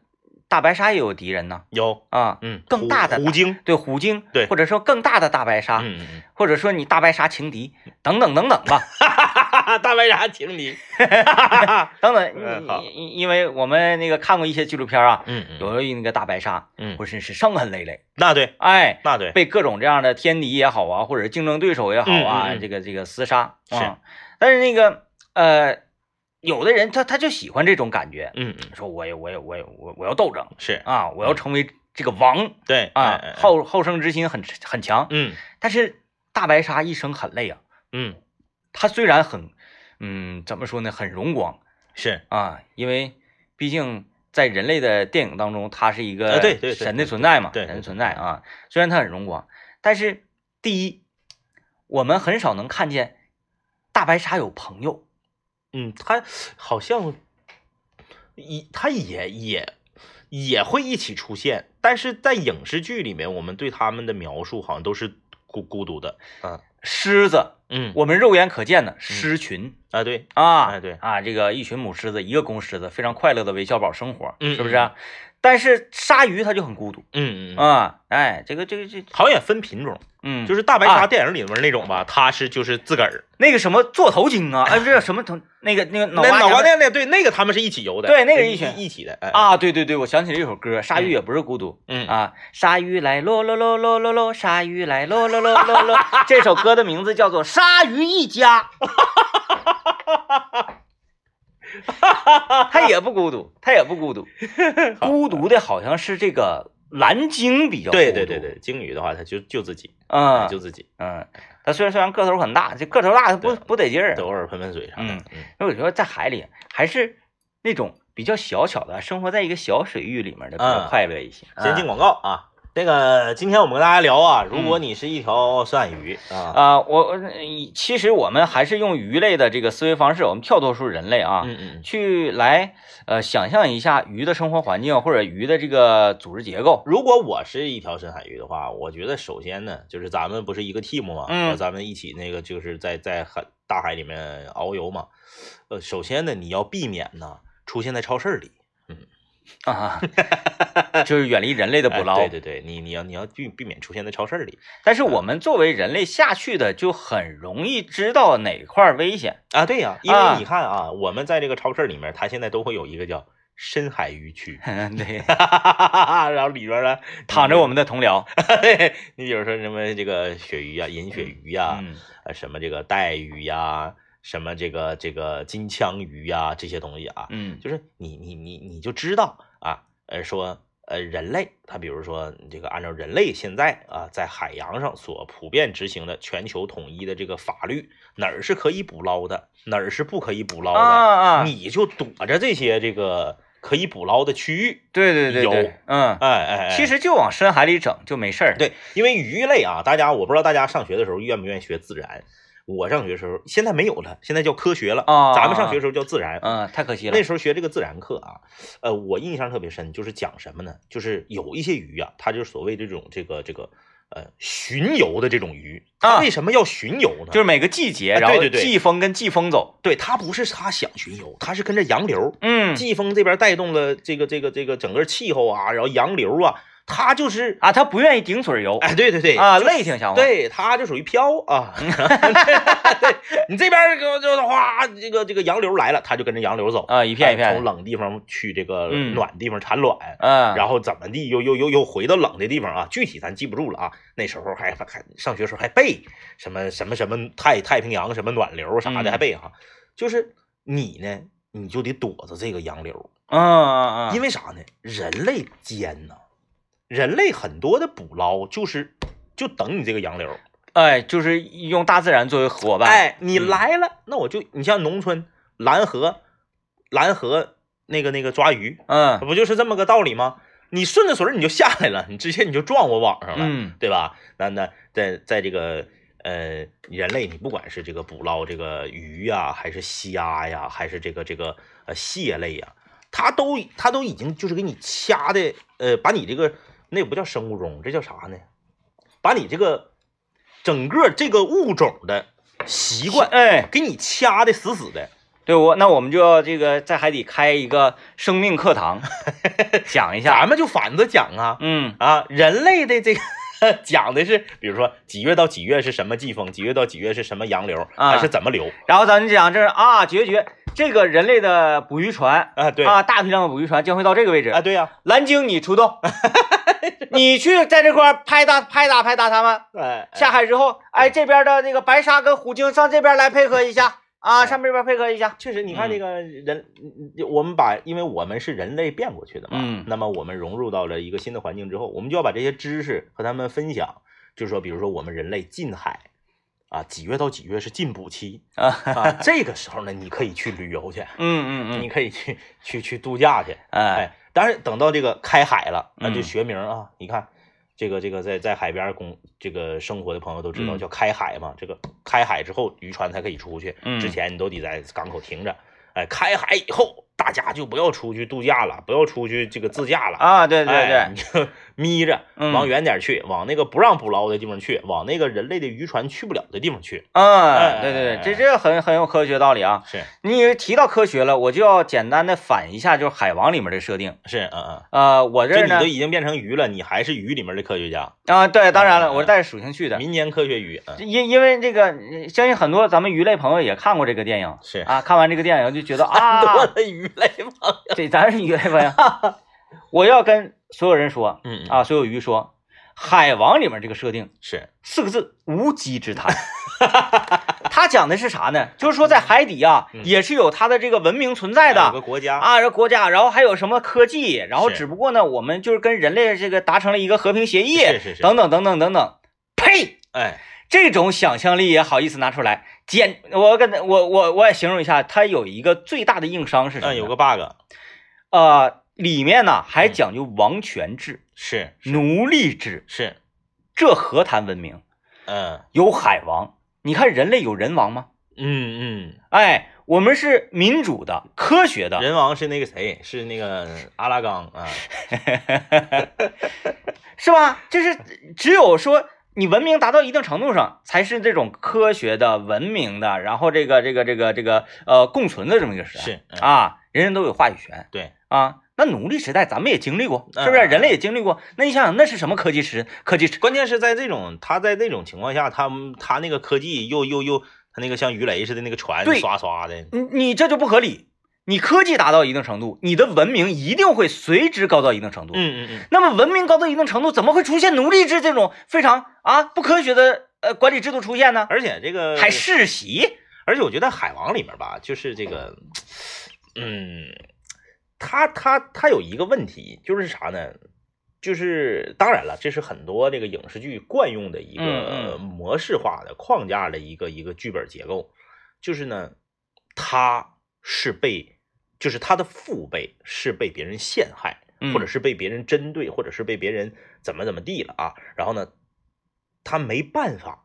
[SPEAKER 1] 大白鲨也有敌人呢
[SPEAKER 2] 有，
[SPEAKER 1] 啊，
[SPEAKER 2] 嗯，
[SPEAKER 1] 更
[SPEAKER 2] 虎
[SPEAKER 1] 大的
[SPEAKER 2] 虎鲸，
[SPEAKER 1] 对虎鲸，
[SPEAKER 2] 对
[SPEAKER 1] 或者说更大的大白鲨，
[SPEAKER 2] 嗯嗯
[SPEAKER 1] 或者说你大白鲨情敌等等等等吧，
[SPEAKER 2] 嗯，大白鲨情敌，
[SPEAKER 1] 等等，
[SPEAKER 2] 嗯好
[SPEAKER 1] 因因因为我们那个看过一些纪录片啊，
[SPEAKER 2] 嗯嗯
[SPEAKER 1] 有那个大白鲨
[SPEAKER 2] 嗯，
[SPEAKER 1] 浑身是伤痕累累，
[SPEAKER 2] 那对
[SPEAKER 1] 哎，
[SPEAKER 2] 那对，
[SPEAKER 1] 被各种这样的天敌也好啊，或者竞争对手也好啊，
[SPEAKER 2] 嗯嗯嗯
[SPEAKER 1] 这个这个厮杀
[SPEAKER 2] 是
[SPEAKER 1] 啊，但是那个呃，有的人他他就喜欢这种感觉，
[SPEAKER 2] 嗯嗯
[SPEAKER 1] 说我也我也我也我我要斗争。
[SPEAKER 2] 是，
[SPEAKER 1] 啊，我要成为这个王
[SPEAKER 2] 对
[SPEAKER 1] 啊
[SPEAKER 2] 哎哎，哎
[SPEAKER 1] 好好胜之心很很强。
[SPEAKER 2] 嗯
[SPEAKER 1] 但是大白鲨一生很累啊，
[SPEAKER 2] 嗯
[SPEAKER 1] 它虽然很，嗯，怎么说呢，很荣光
[SPEAKER 2] 是，
[SPEAKER 1] 啊，因为毕竟在人类的电影当中，它是一个
[SPEAKER 2] 啊对对对
[SPEAKER 1] 神的存在嘛，
[SPEAKER 2] 对对对
[SPEAKER 1] 神的存在啊。虽然它很荣光，但是第一，我们很少能看见大白鲨有朋友。
[SPEAKER 2] 嗯，他好像一他也也也会一起出现，但是在影视剧里面，我们对他们的描述好像都是孤孤独的，嗯
[SPEAKER 1] 狮子，
[SPEAKER 2] 嗯，
[SPEAKER 1] 啊我们肉眼可见的狮群、
[SPEAKER 2] 啊对，
[SPEAKER 1] 啊，
[SPEAKER 2] 哎对
[SPEAKER 1] 啊，这个一群母狮子，一个公狮子，非常快乐的韦小宝生活，
[SPEAKER 2] 嗯
[SPEAKER 1] 是不是啊、但是鲨鱼它就很孤独
[SPEAKER 2] 嗯嗯嗯，
[SPEAKER 1] 啊，哎，这个这个这，
[SPEAKER 2] 好像也分品种，
[SPEAKER 1] 嗯，
[SPEAKER 2] 就是是大白鲨
[SPEAKER 1] 啊
[SPEAKER 2] 电影里面那种吧，它是就是自个儿，
[SPEAKER 1] 那个什么做头鲸啊，哎，不是什么头，那个那个脑
[SPEAKER 2] 那脑瓜
[SPEAKER 1] 瓜娘
[SPEAKER 2] 那那对那个他们是一起游的，
[SPEAKER 1] 对那个
[SPEAKER 2] 一
[SPEAKER 1] 一起
[SPEAKER 2] 一起的，哎，
[SPEAKER 1] 啊，对对对，我想起了一首歌，鲨鱼也不是孤独，
[SPEAKER 2] 嗯
[SPEAKER 1] 啊，鲨鱼来咯咯咯咯咯咯，鲨鱼来咯咯咯咯咯。这首歌的名字叫做《鲨鱼一家》，它也不孤独，它也不孤 独，孤独的好像是这个蓝鲸比较孤独，
[SPEAKER 2] 对对对，对，鲸鱼的话，它就就自己，
[SPEAKER 1] 嗯
[SPEAKER 2] 就自己，
[SPEAKER 1] 嗯，它虽然虽然个头很大，这个头大它不
[SPEAKER 2] 对
[SPEAKER 1] 不得劲儿，
[SPEAKER 2] 偶尔喷喷水啥的，
[SPEAKER 1] 嗯因为我觉得在海里还是那种比较小巧的，生活在一个小水域里面的比较
[SPEAKER 2] 嗯
[SPEAKER 1] 快乐一些，
[SPEAKER 2] 先进
[SPEAKER 1] 啊。
[SPEAKER 2] 广告啊。这个今天我们跟大家聊啊，如果你是一条鳝鱼啊，
[SPEAKER 1] 啊、我我嗯其实我们还是用鱼类的这个思维方式，我们跳脱出人类啊，
[SPEAKER 2] 嗯嗯
[SPEAKER 1] 去来呃想象一下鱼的生活环境或者鱼的这个组织结构。
[SPEAKER 2] 如果我是一条深海鱼的话，我觉得首先呢，就是咱们不是一个 team 嘛，
[SPEAKER 1] 嗯
[SPEAKER 2] 然后咱们一起那个就是在在海大海里面遨游嘛。呃，首先呢，你要避免呢出现在超市里，
[SPEAKER 1] 啊， 就是远离人类的捕
[SPEAKER 2] 哎
[SPEAKER 1] 捞。
[SPEAKER 2] 对对嗯对，你你要你要避避免出现在超市里
[SPEAKER 1] 但是我们作为人类下去的，就很容易知道哪块儿危险。
[SPEAKER 2] 啊。对呀、因
[SPEAKER 1] 啊，
[SPEAKER 2] 为你看啊，我们在这个超市里面，它现在都会有一个叫深海鱼区
[SPEAKER 1] 对，
[SPEAKER 2] 然后里边呢
[SPEAKER 1] 躺着我们的同僚。
[SPEAKER 2] 对，你比如说什么这个鳕鱼呀、啊银鳕鱼呀、
[SPEAKER 1] 嗯
[SPEAKER 2] 呃什么这个带鱼呀、什么这个这个金枪鱼呀、这些东西啊，
[SPEAKER 1] 嗯
[SPEAKER 2] 就是你你你你就知道啊，呃说呃人类他比如说这个按照人类现在啊在海洋上所普遍执行的全球统一的这个法律，哪儿是可以捕捞的，哪儿是不可以捕捞的，
[SPEAKER 1] 啊啊，
[SPEAKER 2] 你就躲着这些这个可以捕捞的区域，
[SPEAKER 1] 对对对
[SPEAKER 2] 有
[SPEAKER 1] 对，嗯，
[SPEAKER 2] 哎哎，哎
[SPEAKER 1] 其实就往深海里整就没事儿。
[SPEAKER 2] 对，因为鱼类啊，大家我不知道大家上学的时候愿不愿意学自然。我上学的时候，现在没有了，现在叫科学了。
[SPEAKER 1] 啊
[SPEAKER 2] 咱们上学的时候叫自然。
[SPEAKER 1] 嗯，太可惜了
[SPEAKER 2] 那。时候学这个自然课啊，呃，我印象特别深，就是讲什么呢？就是有一些鱼啊，它就是所谓这种这个这个呃巡游的这种鱼，它
[SPEAKER 1] 啊
[SPEAKER 2] 为什么要巡游呢？
[SPEAKER 1] 就是每个季节，
[SPEAKER 2] 哎对
[SPEAKER 1] 然后
[SPEAKER 2] 对对
[SPEAKER 1] 季风跟季风走。
[SPEAKER 2] 对它不是它想巡游，它是跟着洋流，
[SPEAKER 1] 嗯
[SPEAKER 2] 季风这边带动了这个这个这个整个气候啊，然后洋流啊，它就是
[SPEAKER 1] 啊，他不愿意顶嘴游
[SPEAKER 2] 哎，对对对
[SPEAKER 1] 啊，累挺想法。
[SPEAKER 2] 对，它就属于飘啊。 对你这边儿给我就是哗，这个这个洋流来了，它就跟着洋流走，
[SPEAKER 1] 啊，一片一
[SPEAKER 2] 哎
[SPEAKER 1] 片
[SPEAKER 2] 从
[SPEAKER 1] 的。
[SPEAKER 2] 冷地方去这个
[SPEAKER 1] 嗯
[SPEAKER 2] 暖地方产卵，
[SPEAKER 1] 嗯，
[SPEAKER 2] 然后怎么地又又又又回到冷的地方啊？具体咱记不住了啊。那时候还还上学时候还背什么什么什么太太平洋什么暖流啥的
[SPEAKER 1] 嗯
[SPEAKER 2] 还背哈、就是你呢，你就得躲着这个洋流，
[SPEAKER 1] 嗯嗯嗯，
[SPEAKER 2] 因
[SPEAKER 1] 为
[SPEAKER 2] 为啥呢？人类奸呐、人类很多的捕捞就是就等你这个洋流。
[SPEAKER 1] 哎，就是用大自然作为伙伴。，
[SPEAKER 2] 哎，你
[SPEAKER 1] 嗯
[SPEAKER 2] 来了，那我就你像农村蓝河，蓝河那个那个抓鱼，
[SPEAKER 1] 嗯
[SPEAKER 2] 不就是这么个道理吗？你顺着水儿你就下来了，你直接你就撞我网上了，
[SPEAKER 1] 嗯
[SPEAKER 2] 对吧？那那在在这个呃人类，你不管是这个捕捞这个鱼呀、还是虾呀、还是这个这个呃蟹类呀、它都它都已经就是给你掐的，呃，把你这个那不叫生物钟，这叫啥呢？把你这个整个这个物种的习惯
[SPEAKER 1] 哎，
[SPEAKER 2] 给你掐的死死的。
[SPEAKER 1] 对我那我们就要这个在海底开一个生命课 堂，讲一下。
[SPEAKER 2] 咱们就反着讲啊，
[SPEAKER 1] 嗯
[SPEAKER 2] 啊，人类的这个讲的是，比如说几月到几月是什么季风，几月到几月是什么洋流，
[SPEAKER 1] 啊
[SPEAKER 2] 还是怎么流
[SPEAKER 1] 然后咱们讲这是啊，决绝这个人类的捕鱼船
[SPEAKER 2] 啊？对
[SPEAKER 1] 啊，大批量的捕鱼船将会到这个位置。
[SPEAKER 2] 啊，对呀、
[SPEAKER 1] 蓝鲸，你出 动，你去在这块儿拍打拍打拍打他们。
[SPEAKER 2] 哎，
[SPEAKER 1] 下海之后，哎，这边的那个白鲨跟虎鲸上这边来配合一下啊，
[SPEAKER 2] 哎
[SPEAKER 1] 上这边配合一下。
[SPEAKER 2] 确实，你看这个人，我们把，因为我们是人类变过去的嘛，
[SPEAKER 1] 嗯
[SPEAKER 2] 那么我们融入到了一个新的环境之后，我们就要把这些知识和他们分享，就是说，比如说我们人类近海。啊，几月到几月是禁捕期
[SPEAKER 1] 啊
[SPEAKER 2] 啊？这个时候呢，你可以去旅游去，
[SPEAKER 1] 嗯嗯
[SPEAKER 2] 你可以去去去度假去，
[SPEAKER 1] 嗯，哎，
[SPEAKER 2] 哎，当然等到这个开海了，那就
[SPEAKER 1] 嗯
[SPEAKER 2] 学名啊。你看，这个这个在在海边工这个生活的朋友都知道
[SPEAKER 1] 嗯
[SPEAKER 2] 叫开海嘛。这个开海之后，渔船才可以出去，
[SPEAKER 1] 嗯
[SPEAKER 2] 之前你都得在港口停着。哎，开海以后，大大家就不要出去度假了，不要出去这个自驾了。
[SPEAKER 1] 啊，对对对，
[SPEAKER 2] 哎你就 眯着
[SPEAKER 1] 嗯
[SPEAKER 2] 往远点去，往那个不让捕捞的地方去，往那个人类的渔船去不了的地方去。
[SPEAKER 1] 嗯，
[SPEAKER 2] 哎
[SPEAKER 1] 对对对，这这很很有科学道理啊。
[SPEAKER 2] 是
[SPEAKER 1] 你提到科学了，我就要简单的反一下，就是海王里面的设定。
[SPEAKER 2] 是，嗯嗯，
[SPEAKER 1] 呃，我这
[SPEAKER 2] 这
[SPEAKER 1] 儿
[SPEAKER 2] 你
[SPEAKER 1] 呢
[SPEAKER 2] 都，已经变成鱼了，你还是鱼里面的科学家，
[SPEAKER 1] 啊，对，当然
[SPEAKER 2] 嗯
[SPEAKER 1] 了，
[SPEAKER 2] 嗯
[SPEAKER 1] 我是带着属性去的，
[SPEAKER 2] 民间科学鱼。嗯，
[SPEAKER 1] 因因为这个，呃相信很多咱们鱼类朋友也看过这个电影
[SPEAKER 2] 是
[SPEAKER 1] 啊，看完这个电影就觉得
[SPEAKER 2] 多
[SPEAKER 1] 啊，
[SPEAKER 2] 了鱼类吧？
[SPEAKER 1] 对，咱是鱼类 朋友，我要跟所有人说
[SPEAKER 2] 嗯，嗯
[SPEAKER 1] 啊，所有鱼说，海王里面这个设定
[SPEAKER 2] 是，
[SPEAKER 1] 四个字，无稽之 谈。他讲的是啥呢？就是说在海底啊，
[SPEAKER 2] 嗯
[SPEAKER 1] 也是有它的这个文明存在的，
[SPEAKER 2] 有个国家，
[SPEAKER 1] 啊，这国家，然后还有什么科技，然后
[SPEAKER 2] 是
[SPEAKER 1] 只不过呢，我们就是跟人类这个达成了一个和平协议，
[SPEAKER 2] 是是是
[SPEAKER 1] 等等等等等等。呸！
[SPEAKER 2] 哎，
[SPEAKER 1] 这种想象力也好意思拿出来，简我跟我我我也形容一下，它有一个最大的硬伤是什么呢？
[SPEAKER 2] 嗯，有个 bug，
[SPEAKER 1] 呃，里面呢还讲究王权制、
[SPEAKER 2] 是
[SPEAKER 1] 奴隶制，
[SPEAKER 2] 是，
[SPEAKER 1] 这何谈文明？
[SPEAKER 2] 嗯
[SPEAKER 1] 有海王，你看人类有人王吗？
[SPEAKER 2] 嗯
[SPEAKER 1] 哎，我们是民主的、科学
[SPEAKER 2] 嗯，
[SPEAKER 1] 的，
[SPEAKER 2] 人王是那个谁？是那个阿拉冈啊？
[SPEAKER 1] 是吧？就是只有说你文明达到一定程度上，才是这种科学的、文明的，然后这个这个这个这个呃共存的这么一个时代
[SPEAKER 2] 是，嗯
[SPEAKER 1] 啊，人人都有话语权
[SPEAKER 2] 对，
[SPEAKER 1] 啊。那奴隶时代咱们也经历过，是不是？
[SPEAKER 2] 嗯嗯嗯
[SPEAKER 1] 人类也经历过。那你想想，那是什么科技时科技时？
[SPEAKER 2] 关键是在这种他在那种情况下，他们他那个科技又又又他那个像鱼雷似的那个船
[SPEAKER 1] 对
[SPEAKER 2] 刷刷的，
[SPEAKER 1] 你你这就不合理。你科技达到一定程度，你的文明一定会随之高到一定程度。
[SPEAKER 2] 嗯嗯嗯，
[SPEAKER 1] 那么文明高到一定程度，怎么会出现奴隶制这种非常啊不科学的呃管理制度出现呢？
[SPEAKER 2] 而且这个
[SPEAKER 1] 还世袭？
[SPEAKER 2] 而且我觉得《海王》里面吧，就是这个，嗯，他他他有一个问题，就是啥呢？就是当然了，这是很多这个影视剧惯用的一
[SPEAKER 1] 嗯
[SPEAKER 2] 个
[SPEAKER 1] 嗯
[SPEAKER 2] 模式化的框架的一个一个剧本结构，就是呢，他是被，就是他的父辈是被别人陷害，
[SPEAKER 1] 嗯
[SPEAKER 2] 或者是被别人针对，或者是被别人怎么怎么地了啊。然后呢，他没办法，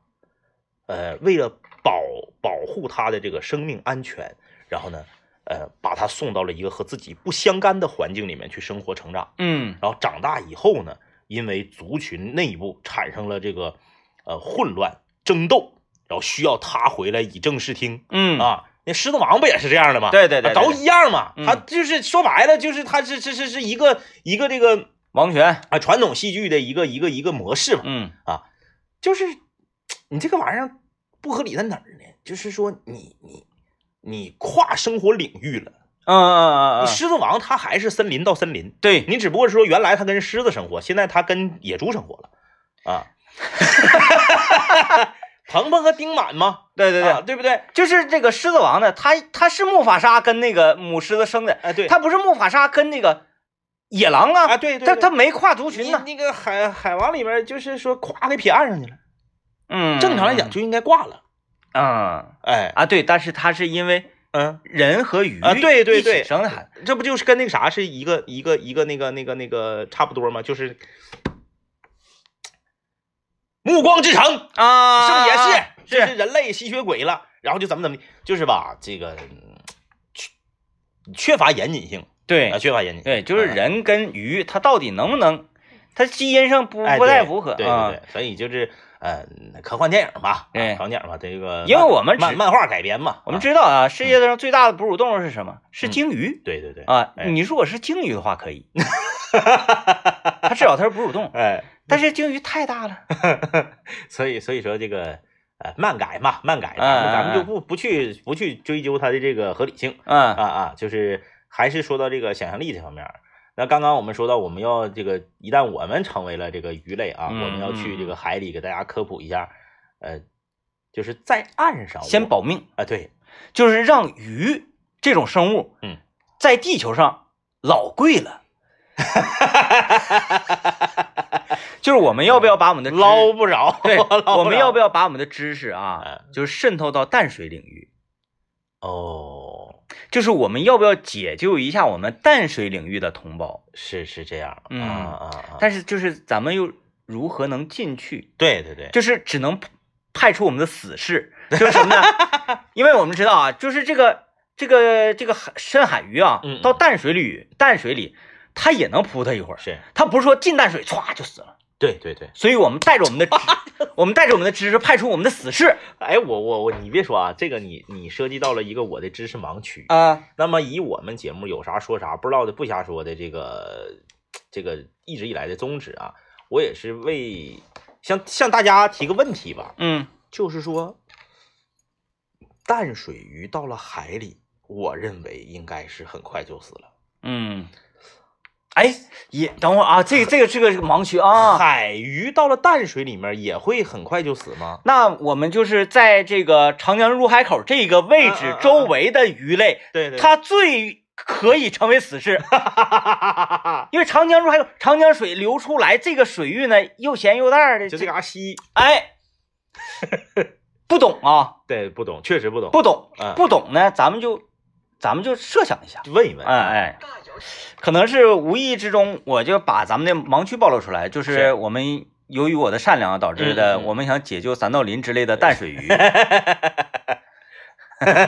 [SPEAKER 2] 呃，为了保保护他的这个生命安全，然后呢，呃，把他送到了一个和自己不相干的环境里面去生活成长。
[SPEAKER 1] 嗯
[SPEAKER 2] 然后长大以后呢，因为族群内部产生了这个呃混乱争斗，然后需要他回来以正视听
[SPEAKER 1] 嗯，
[SPEAKER 2] 啊。那狮子王不也是这样的吗？
[SPEAKER 1] 对对对，
[SPEAKER 2] 啊都
[SPEAKER 1] 对
[SPEAKER 2] 一样嘛。
[SPEAKER 1] 嗯
[SPEAKER 2] 他就是说白了，就是他是是是是一个一个这个
[SPEAKER 1] 王权，
[SPEAKER 2] 啊传统戏剧的一个一个一个模式嘛。
[SPEAKER 1] 嗯
[SPEAKER 2] 就是你这个玩意儿不合理在哪儿呢？就是说你你你跨生活领域了。
[SPEAKER 1] 嗯嗯嗯嗯
[SPEAKER 2] 你
[SPEAKER 1] 嗯，
[SPEAKER 2] 狮子王它还是森林到森林，
[SPEAKER 1] 对，
[SPEAKER 2] 你只不过是说原来它跟狮子生活，现在它跟野猪生活了啊。 鹏鹏和丁满嘛，
[SPEAKER 1] 对对
[SPEAKER 2] 啊
[SPEAKER 1] 对，
[SPEAKER 2] 对不对？
[SPEAKER 1] 就是这个狮子王呢，他他是木法沙跟那个母狮子生的，
[SPEAKER 2] 哎，对，
[SPEAKER 1] 他不是木法沙跟那个野狼
[SPEAKER 2] 啊，
[SPEAKER 1] 啊，
[SPEAKER 2] 对对，
[SPEAKER 1] 他
[SPEAKER 2] 对
[SPEAKER 1] 他没跨族
[SPEAKER 2] 你
[SPEAKER 1] 群呢，
[SPEAKER 2] 那个海海王里面，就是说咵给撇岸上去了，
[SPEAKER 1] 嗯，
[SPEAKER 2] 正常来讲就应该挂了。
[SPEAKER 1] 嗯
[SPEAKER 2] 哎，
[SPEAKER 1] 啊对，但是他是因为
[SPEAKER 2] 嗯，
[SPEAKER 1] 人和鱼
[SPEAKER 2] 啊对对
[SPEAKER 1] 一
[SPEAKER 2] 对
[SPEAKER 1] 起生的孩子，
[SPEAKER 2] 这不就是跟那个啥是一个一个一个那个那个那个差不多吗？就是《暮光之城》
[SPEAKER 1] 啊，
[SPEAKER 2] 是不是也是
[SPEAKER 1] 啊？
[SPEAKER 2] 这
[SPEAKER 1] 是
[SPEAKER 2] 是人类吸血鬼了，然后就怎么怎么地，就是吧，这个嗯缺缺乏严谨性啊，
[SPEAKER 1] 对
[SPEAKER 2] 缺乏严谨性。
[SPEAKER 1] 对，就是
[SPEAKER 2] 嗯
[SPEAKER 1] 人跟鱼，它到底能不能，它基因上不
[SPEAKER 2] 哎
[SPEAKER 1] 不太
[SPEAKER 2] 对
[SPEAKER 1] 符合
[SPEAKER 2] 对
[SPEAKER 1] 啊
[SPEAKER 2] 对对，所以就是呃，科幻电影吧，
[SPEAKER 1] 对
[SPEAKER 2] 啊科幻电影吧，这个
[SPEAKER 1] 因为我们
[SPEAKER 2] 漫
[SPEAKER 1] 只
[SPEAKER 2] 漫画改编嘛，
[SPEAKER 1] 我们
[SPEAKER 2] 啊
[SPEAKER 1] 知道啊，世界上最大的哺乳动物是什么？是
[SPEAKER 2] 嗯
[SPEAKER 1] 鲸鱼。
[SPEAKER 2] 对对对，
[SPEAKER 1] 啊，
[SPEAKER 2] 哎
[SPEAKER 1] 你如果是鲸鱼的话可以，它至少它是哺乳动 物，
[SPEAKER 2] 哎，
[SPEAKER 1] 但是鲸鱼太大了，
[SPEAKER 2] 所以所以说这个呃漫改嘛，漫改，
[SPEAKER 1] 嗯
[SPEAKER 2] 咱们咱
[SPEAKER 1] 嗯
[SPEAKER 2] 们就不不去不去追究它的这个合理性啊
[SPEAKER 1] 嗯
[SPEAKER 2] 啊，就是还是说到这个想象力这方面儿。那刚刚我们说到，我们要这个一旦我们成为了这个鱼类啊，
[SPEAKER 1] 嗯
[SPEAKER 2] 我们要去这个海里给大家科普一下，呃，就是在岸上我
[SPEAKER 1] 先保命，
[SPEAKER 2] 啊，对，
[SPEAKER 1] 就是让鱼这种生物，
[SPEAKER 2] 嗯，
[SPEAKER 1] 在地球上老贵 了，就是我们要不要把我们的知
[SPEAKER 2] 捞不着，
[SPEAKER 1] 对，
[SPEAKER 2] 捞
[SPEAKER 1] 我们要
[SPEAKER 2] 不
[SPEAKER 1] 不要把我们的知识啊
[SPEAKER 2] 嗯，
[SPEAKER 1] 就是渗透到淡水领域，
[SPEAKER 2] 着哦，
[SPEAKER 1] 就是我们要不要解救一下我们淡水领域的同胞？
[SPEAKER 2] 是是这样，
[SPEAKER 1] 嗯
[SPEAKER 2] 啊啊啊，
[SPEAKER 1] 但是就是咱们又如何能进去？
[SPEAKER 2] 对对对，
[SPEAKER 1] 就是只能派出我们的死士，就是什么呢？因为我们知道啊，就是这个这个这个海深海鱼啊
[SPEAKER 2] 嗯嗯，
[SPEAKER 1] 到淡水里淡水里它也能扑腾一会儿，
[SPEAKER 2] 是
[SPEAKER 1] 它不是说进淡水歘就死了。
[SPEAKER 2] 对对对。
[SPEAKER 1] 所以我们带着我们 的知，我们带着我们的知识派出我们的死士
[SPEAKER 2] 哎，我我我，你别说啊，这个你你涉及到了一个我的知识盲区。
[SPEAKER 1] 啊，
[SPEAKER 2] 那么以我们节目有啥说啥，不知道的不瞎说的这个这个一直以来的宗旨啊，我也是为向向大家提个问题吧，
[SPEAKER 1] 嗯
[SPEAKER 2] 就是说，淡水鱼到了海里，我认为应该是很快就死了。
[SPEAKER 1] 嗯，哎，也等会儿啊，这个这个这个是个盲区啊。
[SPEAKER 2] 海鱼到了淡水里面也会很快就死吗？
[SPEAKER 1] 那我们就是在这个长江入海口这个位
[SPEAKER 2] 嗯嗯
[SPEAKER 1] 置
[SPEAKER 2] 嗯
[SPEAKER 1] 周围的鱼类，
[SPEAKER 2] 对对，
[SPEAKER 1] 它最可以成为死士，
[SPEAKER 2] 它
[SPEAKER 1] 因为长江入海口，长江水流出来这个水域呢，又咸又淡的，
[SPEAKER 2] 就这，嘎吸。
[SPEAKER 1] 哎，不懂啊，
[SPEAKER 2] 对，不懂，确实不懂。
[SPEAKER 1] 不懂
[SPEAKER 2] 嗯，
[SPEAKER 1] 不懂呢，咱们就咱们就设想一下。
[SPEAKER 2] 问一问。
[SPEAKER 1] 哎哎，可能是无意之中我就把咱们的盲区暴露出来，就是
[SPEAKER 2] 是
[SPEAKER 1] 我们由于我的善良导致的，
[SPEAKER 2] 嗯嗯嗯
[SPEAKER 1] 我们想解救三道林之类的淡水 鱼。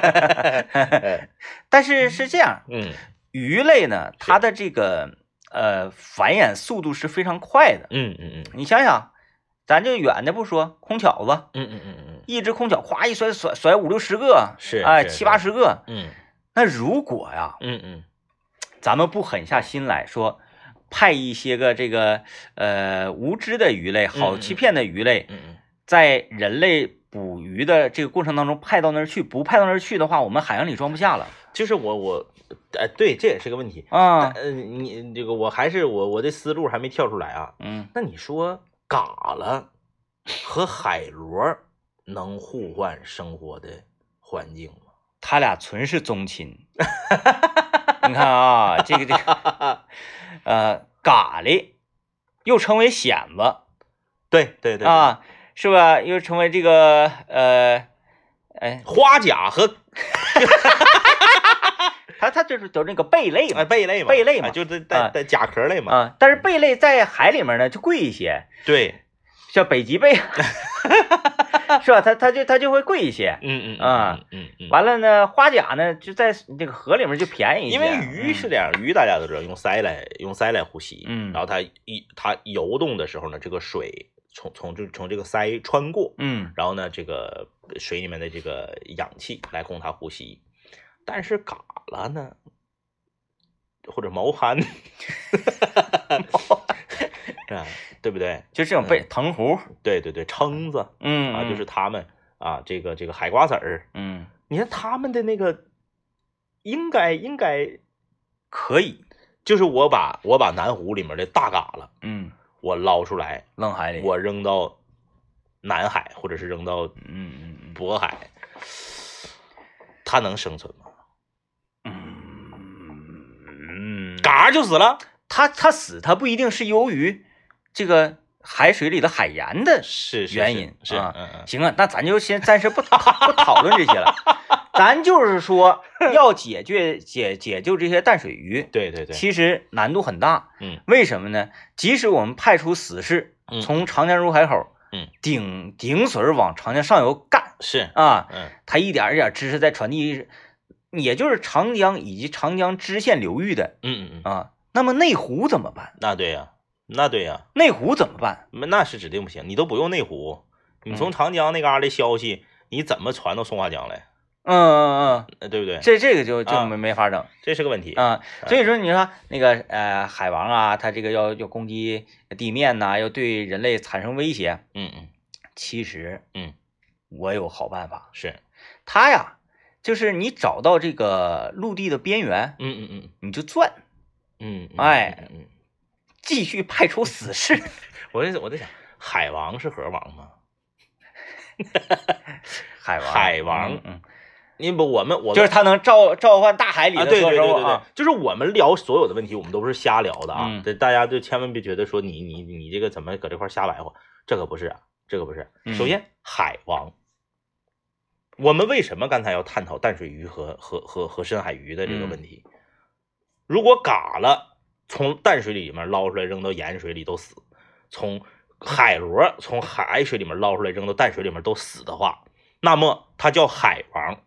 [SPEAKER 2] 哎
[SPEAKER 1] 但是是这样，
[SPEAKER 2] 嗯，
[SPEAKER 1] 鱼类呢，它的这个呃繁衍速度是非常快的。
[SPEAKER 2] 嗯嗯嗯
[SPEAKER 1] 你想想，咱就远的不说，空巧子
[SPEAKER 2] 嗯嗯嗯嗯
[SPEAKER 1] 一只空巧夸一甩甩甩五六十个，
[SPEAKER 2] 是
[SPEAKER 1] 哎
[SPEAKER 2] 是
[SPEAKER 1] 七八十个。
[SPEAKER 2] 嗯
[SPEAKER 1] 那如果呀、
[SPEAKER 2] 嗯嗯
[SPEAKER 1] 咱们不狠下心来说，派一些个这个呃无知的鱼类、好欺骗的鱼类，
[SPEAKER 2] 嗯嗯，
[SPEAKER 1] 在人类捕鱼的这个过程当中派到那儿去，不派到那儿去的话，我们海洋里装不下了
[SPEAKER 2] 就是我我，哎，对，这也是个问题。
[SPEAKER 1] 啊。
[SPEAKER 2] 呃，你这个我还是我我的思路还没跳出来啊。
[SPEAKER 1] 嗯，
[SPEAKER 2] 那你说嘎了和海螺能互换生活的环境吗？
[SPEAKER 1] 他俩纯是宗亲。 你看啊，这个这 个，呃，蛤蜊又称为蚬子
[SPEAKER 2] 对对对，
[SPEAKER 1] 啊，是吧？又成为这个呃，哎，
[SPEAKER 2] 花甲和
[SPEAKER 1] 它它就是都是那个贝类嘛
[SPEAKER 2] 哎，贝类嘛，
[SPEAKER 1] 贝类嘛啊
[SPEAKER 2] 哎就是带带甲壳类嘛。
[SPEAKER 1] 啊，但是贝类在海里面呢就贵一些，
[SPEAKER 2] 对，
[SPEAKER 1] 像北极 贝，啊 是吧？它它就它就会贵一些。
[SPEAKER 2] 嗯嗯
[SPEAKER 1] 啊
[SPEAKER 2] 嗯嗯嗯。
[SPEAKER 1] 完了呢，花甲呢就在这个河里面就便宜一些，啊
[SPEAKER 2] 因为鱼是这样，鱼大家都知道用鳃来用鳃来呼吸，
[SPEAKER 1] 嗯
[SPEAKER 2] 然后它一它游动的时候呢，这个水从从这从这个鳃穿过，
[SPEAKER 1] 嗯，
[SPEAKER 2] 然后呢，这个水里面的这个氧气来供它呼吸，但是蛤蜊呢，或者毛蚶，啊，对不对？
[SPEAKER 1] 就这种贝藤壶，
[SPEAKER 2] 对对对，蛏子
[SPEAKER 1] 嗯
[SPEAKER 2] 嗯啊，就是它们啊，这个这个海瓜子儿，
[SPEAKER 1] 嗯
[SPEAKER 2] 你看它们的那个应该应该。
[SPEAKER 1] 可以，
[SPEAKER 2] 就是我把我把南湖里面的大蛤蜊
[SPEAKER 1] 嗯，
[SPEAKER 2] 我捞出来，
[SPEAKER 1] 扔海里，
[SPEAKER 2] 我扔到南海或者是扔到
[SPEAKER 1] 哎嗯嗯嗯
[SPEAKER 2] 渤海，它能生存吗？
[SPEAKER 1] 嗯，
[SPEAKER 2] 嘎就死了。
[SPEAKER 1] 它它死它不一定是由于这个海水里的海盐的
[SPEAKER 2] 是是
[SPEAKER 1] 原因
[SPEAKER 2] 是是
[SPEAKER 1] 啊
[SPEAKER 2] 嗯嗯
[SPEAKER 1] 行啊，那咱就先暂时不讨不讨论这些 了，咱就是说要解决解解救这些淡水鱼，
[SPEAKER 2] 对对对，
[SPEAKER 1] 其实难度很大。
[SPEAKER 2] 嗯，
[SPEAKER 1] 为什么呢？即使我们派出死士，
[SPEAKER 2] 嗯
[SPEAKER 1] 从长江入海口，
[SPEAKER 2] 嗯，
[SPEAKER 1] 顶顶水往长江上游干
[SPEAKER 2] 是
[SPEAKER 1] 啊，
[SPEAKER 2] 嗯
[SPEAKER 1] 它一点儿一点儿知识在传递，也就是长江以及长江支线流域的
[SPEAKER 2] 嗯嗯嗯，
[SPEAKER 1] 啊。那么内湖怎么办？
[SPEAKER 2] 那对呀、那对呀、
[SPEAKER 1] 内湖怎么办？
[SPEAKER 2] 那那是指定不行，你都不用内湖，你
[SPEAKER 1] 嗯
[SPEAKER 2] 从长江那嘎达的消息，你怎么传到松花江来？
[SPEAKER 1] 嗯嗯
[SPEAKER 2] 呃对不对
[SPEAKER 1] 嗯，？这这个就就
[SPEAKER 2] 啊
[SPEAKER 1] 没没法整。
[SPEAKER 2] 这是个问题。
[SPEAKER 1] 啊，所以说你说那个呃海王啊，它这个要要攻击地面呐、要对人类产生威胁。
[SPEAKER 2] 嗯嗯，
[SPEAKER 1] 其实，
[SPEAKER 2] 嗯，
[SPEAKER 1] 我有好办法。
[SPEAKER 2] 是，
[SPEAKER 1] 它呀，就是你找到这个陆地的边缘，
[SPEAKER 2] 嗯嗯嗯
[SPEAKER 1] 你就转，
[SPEAKER 2] 嗯嗯，
[SPEAKER 1] 哎
[SPEAKER 2] 嗯，嗯
[SPEAKER 1] 继续派出死士。
[SPEAKER 2] 我在我在想，海王是河王吗？
[SPEAKER 1] 海王，
[SPEAKER 2] 海王
[SPEAKER 1] 嗯嗯
[SPEAKER 2] 你不，我们我们
[SPEAKER 1] 就是它能召召唤大海里
[SPEAKER 2] 啊，
[SPEAKER 1] 的
[SPEAKER 2] 对
[SPEAKER 1] 所
[SPEAKER 2] 对对
[SPEAKER 1] 有
[SPEAKER 2] 对对
[SPEAKER 1] 啊，，
[SPEAKER 2] 就是我们聊所有的问题，我们都是瞎聊的啊
[SPEAKER 1] 嗯，
[SPEAKER 2] 这大家就千万别觉得说你你你这个怎么搁这块瞎白话，这可不是啊，这可不是
[SPEAKER 1] 嗯。
[SPEAKER 2] 首先，海王，我们为什么刚才要探讨淡水鱼和和和和深海鱼的这
[SPEAKER 1] 嗯
[SPEAKER 2] 个问题？如果嘎了从淡水里面捞出来扔到盐水里都死，从海螺从海水里面捞出来扔到淡水里面都死的话，那么它叫海王，